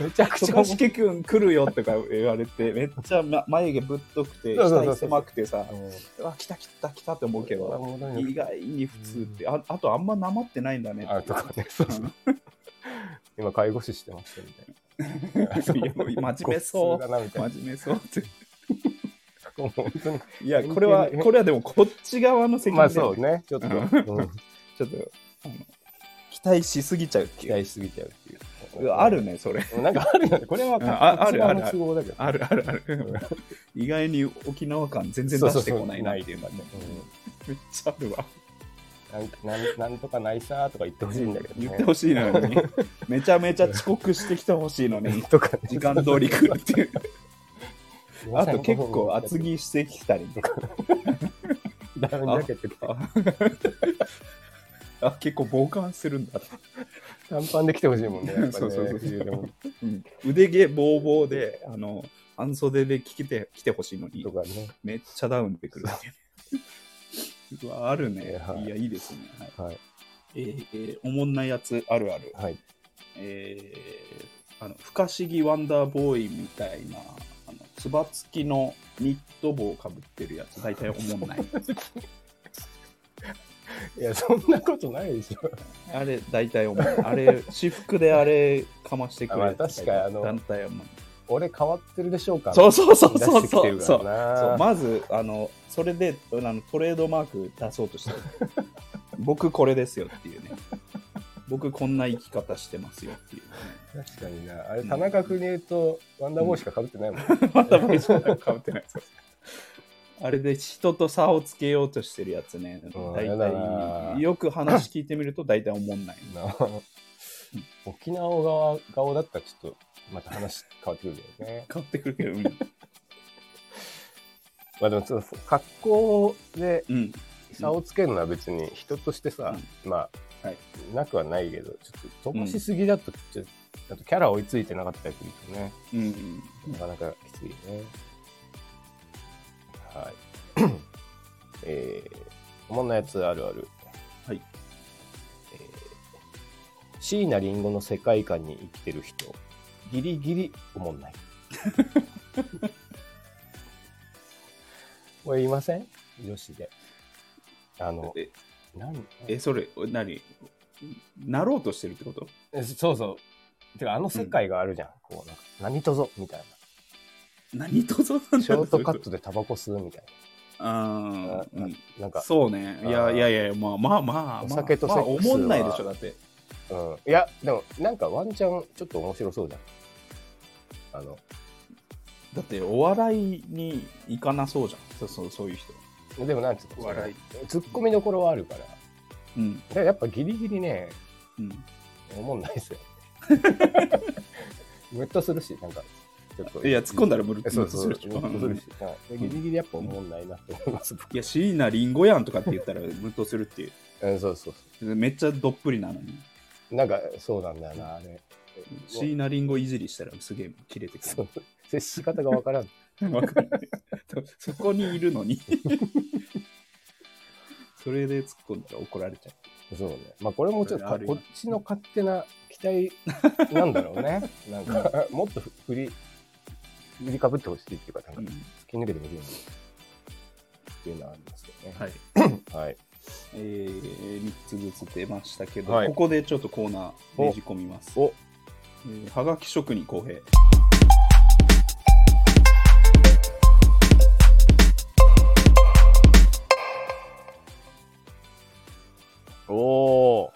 Speaker 2: めちゃく
Speaker 1: 対
Speaker 2: ち
Speaker 1: 渡
Speaker 2: ゃ
Speaker 1: 嘉
Speaker 2: おもん
Speaker 1: 敷くん来るよとか言われてめっちゃ、ま、眉毛ぶっとくて
Speaker 2: そうそうそう
Speaker 1: 額狭くてさ
Speaker 2: うん
Speaker 1: うわ来た来た来たって思うけど
Speaker 2: これはおもろい
Speaker 1: 意
Speaker 2: よ
Speaker 1: 外に普通ってああとあんまなまってないんだね。
Speaker 2: あとかね、そうそううん今、介護士してましたみたいな。
Speaker 1: いや真面目そ
Speaker 2: ごっつ
Speaker 1: う
Speaker 2: だなみたいな。
Speaker 1: 真面目そうって
Speaker 2: もう本当に。
Speaker 1: いやこれはこれはでもこっち側の責任
Speaker 2: まあ
Speaker 1: だよ
Speaker 2: そうね、ちょっと、うん
Speaker 1: ちょっとあの期待しすぎちゃうって
Speaker 2: 期
Speaker 1: いう
Speaker 2: 待しすぎちゃうっていうう。
Speaker 1: わあるねそれ
Speaker 2: うん。なんかあるよね。これは
Speaker 1: うんああるある
Speaker 2: こっち側の都合だけど。
Speaker 1: あるあるある。意外に沖縄感全然出してこないなっていう感じ。
Speaker 2: そうそうそうない
Speaker 1: めっちゃあるわ。
Speaker 2: なんなんなんとかないさーとか言ってほしいんだけど、ね、
Speaker 1: 言ってほしいのに、めちゃめちゃ遅刻してきてほしいのに、
Speaker 2: とかね
Speaker 1: 時間通り来る っていう。
Speaker 2: すいま
Speaker 1: あ
Speaker 2: せん
Speaker 1: と結構厚着してきたりとか、
Speaker 2: ダウンジャケット着て
Speaker 1: あ あ結構傍観するんだって、
Speaker 2: 短パンで来てほしいもんねやっぱね
Speaker 1: そうそうそう
Speaker 2: 冬でも
Speaker 1: うん腕毛ぼうぼうで、あの、半袖で着て来てほしいのに
Speaker 2: と、かね
Speaker 1: めっちゃダウンでくるだけね。うわ、あるね。
Speaker 2: はい
Speaker 1: いや、いいですね。はい
Speaker 2: はい
Speaker 1: えーえーおもんないやつあるある。
Speaker 2: はい
Speaker 1: えーあの不可思議ワンダーボーイみたいなあのつば付きのニット帽をかぶってるやつ大体おもん ない
Speaker 2: いやそんなことないでしょ
Speaker 1: あれ大体おもんないあれ私服であれかましてく
Speaker 2: あ
Speaker 1: れ
Speaker 2: まあ確かにあの
Speaker 1: 団体はもんない
Speaker 2: 俺変わってるでしょうか
Speaker 1: そうそうそうそう
Speaker 2: 出してき
Speaker 1: そ
Speaker 2: て
Speaker 1: う
Speaker 2: るか
Speaker 1: そ
Speaker 2: ら
Speaker 1: う
Speaker 2: な
Speaker 1: そうまずあのそれであのトレードマーク出そうとして る僕これですよっていうね僕こんな生き方してますよっていうね
Speaker 2: 確かになあれ田中邦衛とワンダーボーイしか被ってないもん、
Speaker 1: またベースボールかぶってないです あれで人と差をつけようとしてるやつね。
Speaker 2: うん
Speaker 1: 大
Speaker 2: やだな
Speaker 1: 体、よく話聞いてみると大体おもんない。
Speaker 2: な沖縄側顔だったらちょっとまた話変わってくるけどね
Speaker 1: 変わってくるけど、うん
Speaker 2: まあでもそうそう格好で
Speaker 1: うん。
Speaker 2: 差をつけるのは別に人としてさ、まあ、
Speaker 1: はい
Speaker 2: なくはないけどちょっと飛ばしすぎだとちょっとあとキャラ追いついてなかったりするとね
Speaker 1: うんうん。
Speaker 2: なかなかきついねはい えー、おもんなやつあるある
Speaker 1: はい。
Speaker 2: えー椎名林檎の世界観に生きてる人ギリギリおもん ないこれ言いません女子であの
Speaker 1: え、
Speaker 2: なん
Speaker 1: えそれ、何なろうとしてるってこと
Speaker 2: えそうそうてかあの世界があるじゃん、こうなんか何とぞみたい
Speaker 1: 何とぞな
Speaker 2: なショートカッ
Speaker 1: ト。
Speaker 2: トでタバコ吸うみたい
Speaker 1: あ
Speaker 2: な
Speaker 1: ーうん
Speaker 2: な んか、
Speaker 1: そうね。い
Speaker 2: あ
Speaker 1: や
Speaker 2: ー
Speaker 1: いやいや、まあまあまあまあ。
Speaker 2: お酒とセックス
Speaker 1: まあ
Speaker 2: は
Speaker 1: おもんないでしょ、だって。
Speaker 2: うん、いやでもなんかワンチャンちょっと面白そうじゃんあの
Speaker 1: だって、お笑いに行かなそうじゃん。そうそうそういう人。
Speaker 2: でもなんつう
Speaker 1: お
Speaker 2: の
Speaker 1: 笑い。
Speaker 2: ツッコミどころはあるからだか
Speaker 1: うん。
Speaker 2: らやっぱギリギリね
Speaker 1: うん。
Speaker 2: 思んない ですよ。ムッとするし、なんか、ちょっと。
Speaker 1: いや、突っ込んだらムル
Speaker 2: えそうそう、ム
Speaker 1: ムルッとするでしょ
Speaker 2: ッとするし。はいギリギリやっぱ思んないなと思います。
Speaker 1: いや、椎名林檎やんとかって言ったら、ムッとするっていう。
Speaker 2: うん、そうそう
Speaker 1: めっちゃどっぷりなのに。
Speaker 2: そう。なんか、そうなんだよな、あれ。
Speaker 1: 椎名林檎いじりしたらすげえ切れてく
Speaker 2: そう接し方がわからん。
Speaker 1: る。わかんないそこにいるのに。それで突っ込んだら怒られちゃう。
Speaker 2: そうね。まあ、これもちょっと
Speaker 1: それあ
Speaker 2: か、
Speaker 1: るよ
Speaker 2: こっちの勝手な期待なんだろう ね。なんか、もっと振り、振りかぶってほしいっていうか、なんか、突き抜けてほしいなっていうのはありますけどね。
Speaker 1: はい。
Speaker 2: はい。
Speaker 1: えー、3つずつ出ましたけど、
Speaker 2: はい
Speaker 1: ここでちょっとコーナーねじ込みます。
Speaker 2: お
Speaker 1: えーはがき職人公平。
Speaker 2: おー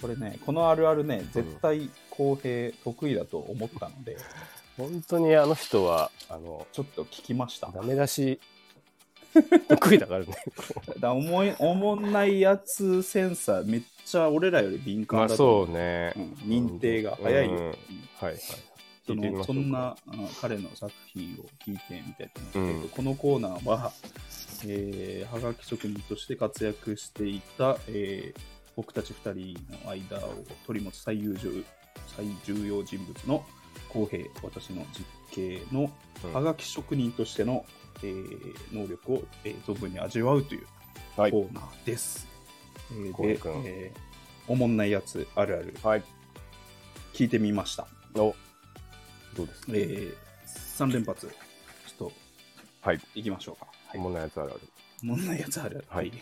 Speaker 1: これね、このあるあるね、絶対公平得意だと思ったの で、
Speaker 2: 本当にあの人は、あの、
Speaker 1: ちょっと聞きました。
Speaker 2: ダメ 出し得意だからね。
Speaker 1: だ思いおもんないやつセンサーめっちゃ俺らより敏感だと思
Speaker 2: うね
Speaker 1: う、うん認定が早いよ、
Speaker 2: うん
Speaker 1: うん
Speaker 2: はいはい。
Speaker 1: そ
Speaker 2: 聞いてみま
Speaker 1: の
Speaker 2: し
Speaker 1: そ
Speaker 2: ょ
Speaker 1: う
Speaker 2: か
Speaker 1: んなあの彼の作品を聞いてみたいと思いますけど、
Speaker 2: うん
Speaker 1: このコーナーは、えー、はがき職人として活躍していた、えー僕たち2人の間を取り持つ最優重最重要人物の公平私の実刑の
Speaker 2: うん
Speaker 1: はがき職人としての、えー能力を、えー存分に味わうという
Speaker 2: はい
Speaker 1: コーナーです。えー
Speaker 2: 浩平
Speaker 1: で
Speaker 2: 君
Speaker 1: えーおもんないやつあるある
Speaker 2: はい。
Speaker 1: 聞いてみました。
Speaker 2: おどうですか、
Speaker 1: え3連発、ちょっと
Speaker 2: はい。
Speaker 1: いきましょうか。はい、
Speaker 2: こんなやつあるある。
Speaker 1: おもんないやつあるある。
Speaker 2: はい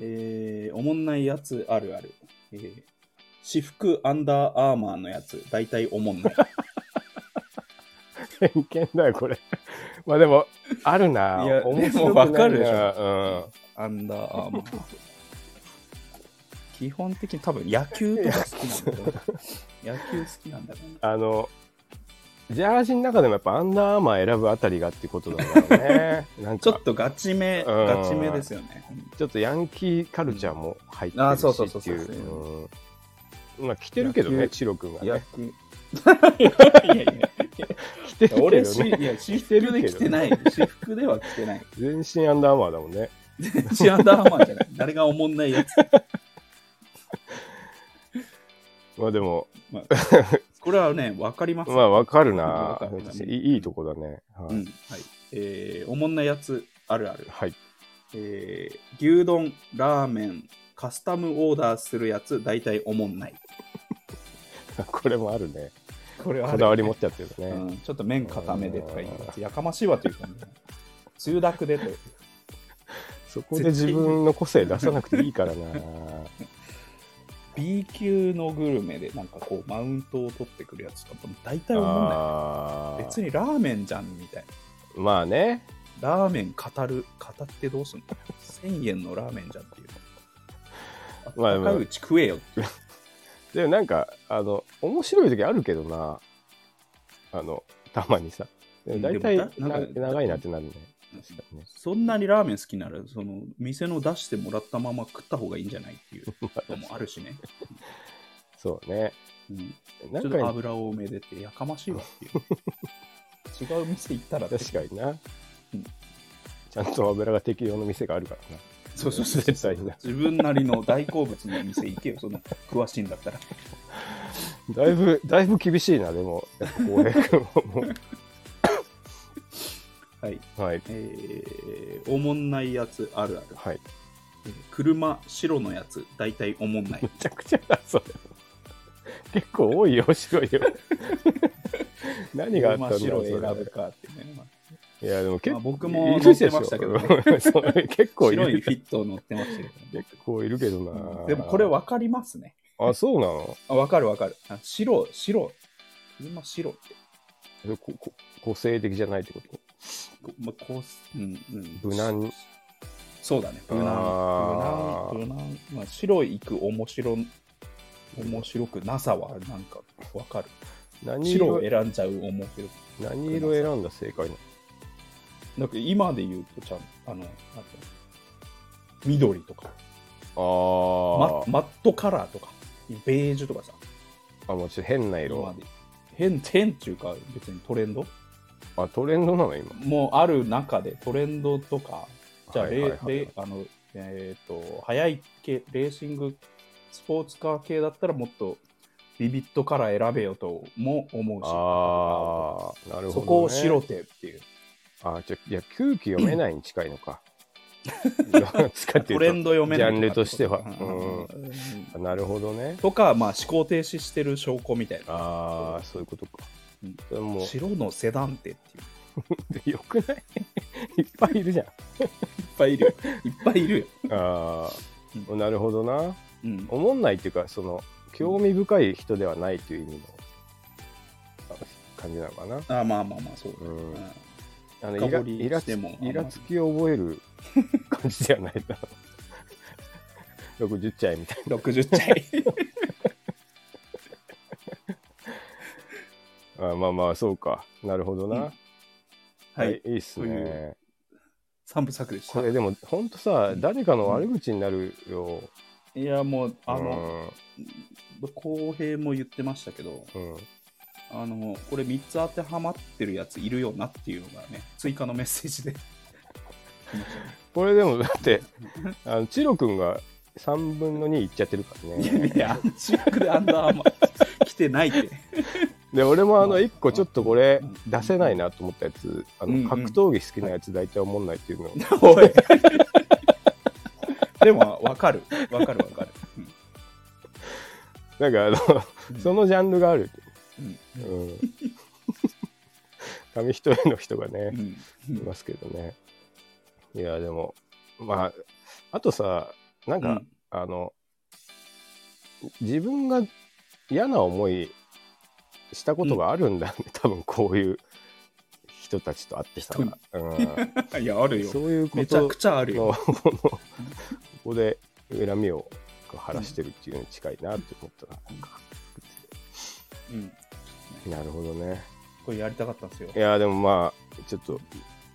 Speaker 1: えーおもんないやつあるある。えー私服アンダーアーマーのやつ、大体おもんない。
Speaker 2: 偏見だよ、これ。まあでも、あるな。
Speaker 1: いや
Speaker 2: 面白く
Speaker 1: でもわかるでしょ
Speaker 2: ないな
Speaker 1: アンダーアーマー。 基本 的に多分野球とか好きなんだろうな野球好きなんだろうな
Speaker 2: うん。あの、ジャージの中でもやっぱアンダーアーマー選ぶあたりがってことだろう ね。なん
Speaker 1: ちょ
Speaker 2: か
Speaker 1: っとガチめ、
Speaker 2: うん
Speaker 1: ガチめですよね。
Speaker 2: ちょっとヤンキーカルチャーも入って
Speaker 1: うんあー
Speaker 2: る
Speaker 1: そうそうそ
Speaker 2: し
Speaker 1: う
Speaker 2: っ
Speaker 1: そ
Speaker 2: て
Speaker 1: う
Speaker 2: いううん。まあ着てるけど
Speaker 1: 野
Speaker 2: ね、
Speaker 1: 球
Speaker 2: チロ君がね。
Speaker 1: き。いやいやい
Speaker 2: 着て
Speaker 1: や、
Speaker 2: る
Speaker 1: 俺
Speaker 2: けど
Speaker 1: し、
Speaker 2: ね。
Speaker 1: いや、私服で着てない。私服では着てない。
Speaker 2: 全身アンダーアーマーだもんね。
Speaker 1: チアンダーマンじゃない。誰がおもんないやつ。
Speaker 2: まあでも、
Speaker 1: これはね、わかります。
Speaker 2: まあわかる
Speaker 1: わ
Speaker 2: な
Speaker 1: かるな。
Speaker 2: いいいいとこだね。は
Speaker 1: う
Speaker 2: い
Speaker 1: ん。はい。えー、おもんないやつあるある。
Speaker 2: はい。
Speaker 1: えー、牛丼、ラーメン、カスタムオーダーするやつ、大体おもんない。
Speaker 2: これもあるね。
Speaker 1: これ
Speaker 2: こだわり持っちゃってるね。
Speaker 1: うん、ちょっと麺固めでとか言って、やかましいわという感じ。通諾でという。
Speaker 2: そこで自分の個性出さなくていいからな。
Speaker 1: B 級のグルメでなんかこうマウントを取ってくるやつとかも大体思うんだよ
Speaker 2: あー
Speaker 1: 別にラーメンじゃんみたい
Speaker 2: まあね。
Speaker 1: なラーメン語る語ってどうすんの1000円のラーメンじゃんっていう
Speaker 2: まあ
Speaker 1: 高いうち食えよって
Speaker 2: でもなんかあの面白い時あるけどなあのたまにさ
Speaker 1: うん
Speaker 2: 大体
Speaker 1: でもだ
Speaker 2: な
Speaker 1: なんか
Speaker 2: 長いなってなるね確かにね
Speaker 1: そんなにラーメン好きならその店の出してもらったまま食った方がいいんじゃないって いうのもあるしね、
Speaker 2: そうね
Speaker 1: うん、
Speaker 2: な
Speaker 1: ちょ
Speaker 2: ん
Speaker 1: っと
Speaker 2: か
Speaker 1: 油多めでってやかましいわ っていう違う店行ったらって
Speaker 2: 確かにな、
Speaker 1: うん
Speaker 2: ちゃんと油が適量の店があるからな
Speaker 1: そうそうそう
Speaker 2: 絶対にな
Speaker 1: 自分なりの大好物の店行けよその詳しいんだったら
Speaker 2: だいぶだいぶ厳しいなでもやっぱ浩平君もも
Speaker 1: はい、
Speaker 2: うはい
Speaker 1: えー、おもんないやつあるある。
Speaker 2: はい
Speaker 1: 車、白のやつ、大体おもんない
Speaker 2: め。ちゃくちゃだそれ結構多いよ白 いよ何があったんだ
Speaker 1: 車、
Speaker 2: ろ
Speaker 1: 白
Speaker 2: う
Speaker 1: 選
Speaker 2: それ
Speaker 1: ぶかってね。まあ
Speaker 2: いやでも結
Speaker 1: まあ
Speaker 2: 構
Speaker 1: 僕も
Speaker 2: いるでしょ
Speaker 1: 乗ってましたけど
Speaker 2: そう結構い
Speaker 1: 白い
Speaker 2: る
Speaker 1: フィットを乗ってましたけどね
Speaker 2: 結構いるけど
Speaker 1: う。
Speaker 2: なん
Speaker 1: でもこれ分かりますね。
Speaker 2: あ、そうなの
Speaker 1: あ分かる分かる。あ白、白。車、白って。
Speaker 2: えここ個性的じゃないってこと
Speaker 1: こまあ、こうす、うんうん、
Speaker 2: 無難に。
Speaker 1: そうだね。無難。
Speaker 2: あー
Speaker 1: 無難。無難。まあ、白いく面白、面白くなさはなんか分かる。
Speaker 2: 何
Speaker 1: 白
Speaker 2: 色
Speaker 1: を選んじゃう面白く。
Speaker 2: 何色選んだ正解なの
Speaker 1: なんか今で言うとちゃんあのなんていうの緑とかマ
Speaker 2: あ、
Speaker 1: マットカラーとかベージュとかさ
Speaker 2: あ、もうちょっと変
Speaker 1: 今
Speaker 2: な色。
Speaker 1: で変変っていうか別にトレンド
Speaker 2: あ、トレンドなの今。
Speaker 1: もうある中でトレンドとかじゃあ
Speaker 2: はいはいはい
Speaker 1: レレあのえっ、と速い系レーシングスポーツカー系だったらもっとビビットカラー選べよとも思うし
Speaker 2: ああ、なるほど、ね。
Speaker 1: そこを白。手っていう
Speaker 2: あ、じゃいや、空気読めないに近いの か。どっちかって
Speaker 1: ト
Speaker 2: いうと
Speaker 1: レンド読めない
Speaker 2: ジャンルとしては
Speaker 1: うん
Speaker 2: あなるほどね。
Speaker 1: とか、まあ、思考停止してる証拠みたいな
Speaker 2: ああ、そういうことか
Speaker 1: うん。
Speaker 2: それもう
Speaker 1: 白のセダンテっていう。
Speaker 2: よくないいっぱいいるじゃん。
Speaker 1: いっぱいいるよ。いっぱいいるよ。
Speaker 2: ああ、なるほどな。
Speaker 1: うん。
Speaker 2: おもんないっていうかその興味深い人ではないという意味のあ感じなのかな、
Speaker 1: あまあまあまあ、そう
Speaker 2: う
Speaker 1: だ。
Speaker 2: ん、
Speaker 1: う
Speaker 2: あ
Speaker 1: 深
Speaker 2: のイラ
Speaker 1: 掘り
Speaker 2: イラつ
Speaker 1: しても
Speaker 2: イラつきを覚える感じでは ないな60歳みたい
Speaker 1: ん60歳。
Speaker 2: なあまあまあそうかなるほどな、
Speaker 1: うんは
Speaker 2: はいい。いいっす
Speaker 1: とい
Speaker 2: ね
Speaker 1: う三部作でした
Speaker 2: こ。れでもほんとさ、
Speaker 1: うん
Speaker 2: 誰かの悪口になるよ、
Speaker 1: いや、もう、あの、
Speaker 2: の
Speaker 1: 浩平も言ってましたけど、
Speaker 2: うん、うん
Speaker 1: あの、これ3つ当てはまってるやついるよなっていうのがね、追加のメッセージで。
Speaker 2: これでもだ ってあのチロ君が3分の2いっちゃってるから
Speaker 1: い
Speaker 2: ね
Speaker 1: やいや、シックでアンダーアーマー来てないって。
Speaker 2: で俺もあ
Speaker 1: まあ
Speaker 2: の一個ちょっとこれ
Speaker 1: うん
Speaker 2: 出せないなと思ったやつあ
Speaker 1: うんうん
Speaker 2: の格闘技好きなやつ大体おもんないって いうのを
Speaker 1: おい。でも、わかる。わかるわかる。うん
Speaker 2: なんかあ
Speaker 1: うん
Speaker 2: のそのジャンルがある
Speaker 1: うん
Speaker 2: うん紙一重の人が
Speaker 1: う
Speaker 2: ね
Speaker 1: んう
Speaker 2: い
Speaker 1: ん
Speaker 2: ますけどねいやでもまああとさなん
Speaker 1: う
Speaker 2: か
Speaker 1: ん
Speaker 2: あの自分が嫌な思いしたことがあるんだね 多分こういう人たちと会ってさ
Speaker 1: 人に
Speaker 2: うん
Speaker 1: いや、あるよ。
Speaker 2: そういうこ
Speaker 1: めちゃ
Speaker 2: と
Speaker 1: くちゃある
Speaker 2: の
Speaker 1: よ。
Speaker 2: このここで恨みを晴らしてるっていうのに近いなって思ったら、
Speaker 1: うん、
Speaker 2: なるほどね
Speaker 1: これやりたかったんですよ
Speaker 2: い。やーでもまあちょっと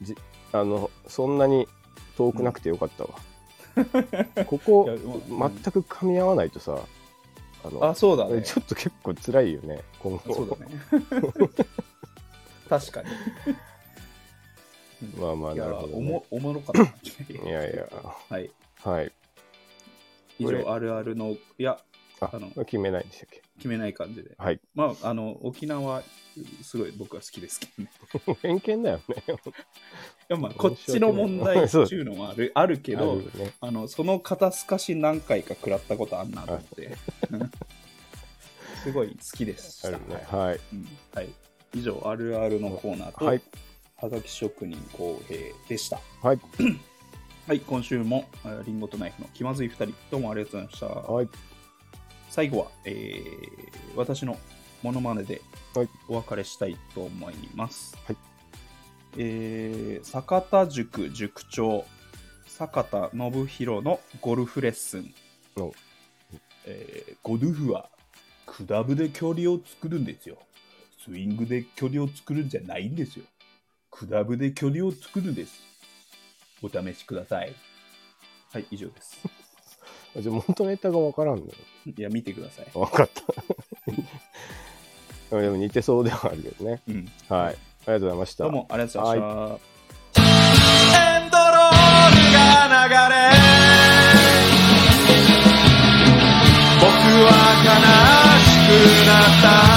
Speaker 2: じあのそんなに遠くなくてよ かったわ、こ
Speaker 1: いや
Speaker 2: こ
Speaker 1: まあ
Speaker 2: 全く噛み合わないとさあの
Speaker 1: あ、そうだね。
Speaker 2: ちょっと結構辛いよね今後
Speaker 1: そうだね。 確かに。
Speaker 2: まあまあ
Speaker 1: いや
Speaker 2: なるほど、
Speaker 1: お
Speaker 2: ね
Speaker 1: も、おもろか った。
Speaker 2: いやいや
Speaker 1: はい。
Speaker 2: はい
Speaker 1: 以
Speaker 2: これ
Speaker 1: 上、あるあるの、いや、
Speaker 2: あ
Speaker 1: あの
Speaker 2: 決めないんでしたっけ
Speaker 1: 決めない感じで。
Speaker 2: はい。
Speaker 1: まあ、あの、沖縄、すごい僕は好きですけどね。
Speaker 2: 偏見だよね
Speaker 1: いや、まあ、こっちの問 題っていうのはあるあるけ
Speaker 2: あ
Speaker 1: ど
Speaker 2: る、よね
Speaker 1: あの、その肩透かし何回か食らったことあんなと思って。うん すごい好きです。
Speaker 2: あるよねはい
Speaker 1: うんはい。以上、あるあるのコーナーと、
Speaker 2: はい
Speaker 1: はがき職人公平でした。
Speaker 2: はい
Speaker 1: はい、今週も、えーリンゴとナイフの気まずい2人、どうもありがとうございました。
Speaker 2: はい
Speaker 1: 最後は、えー私のモノマネで
Speaker 2: はい
Speaker 1: お別れしたいと思います。
Speaker 2: はい
Speaker 1: えー坂田塾塾長、坂田信弘のゴルフレッスン。
Speaker 2: お
Speaker 1: えーゴルフはクラブで距離を作るんですよ。スイングで距離を作るんじゃないんですよ。クラブで距離を作るんです。お試しください。はい、以上 です。
Speaker 2: あじゃあ元ネタが分からんのよ
Speaker 1: いや、見てください。
Speaker 2: 分かった でも似てそうではあるけどね
Speaker 1: うん。
Speaker 2: はいありがとうございました
Speaker 1: どうもありがとうございました。
Speaker 3: エンドロールが流れ僕は悲しくなった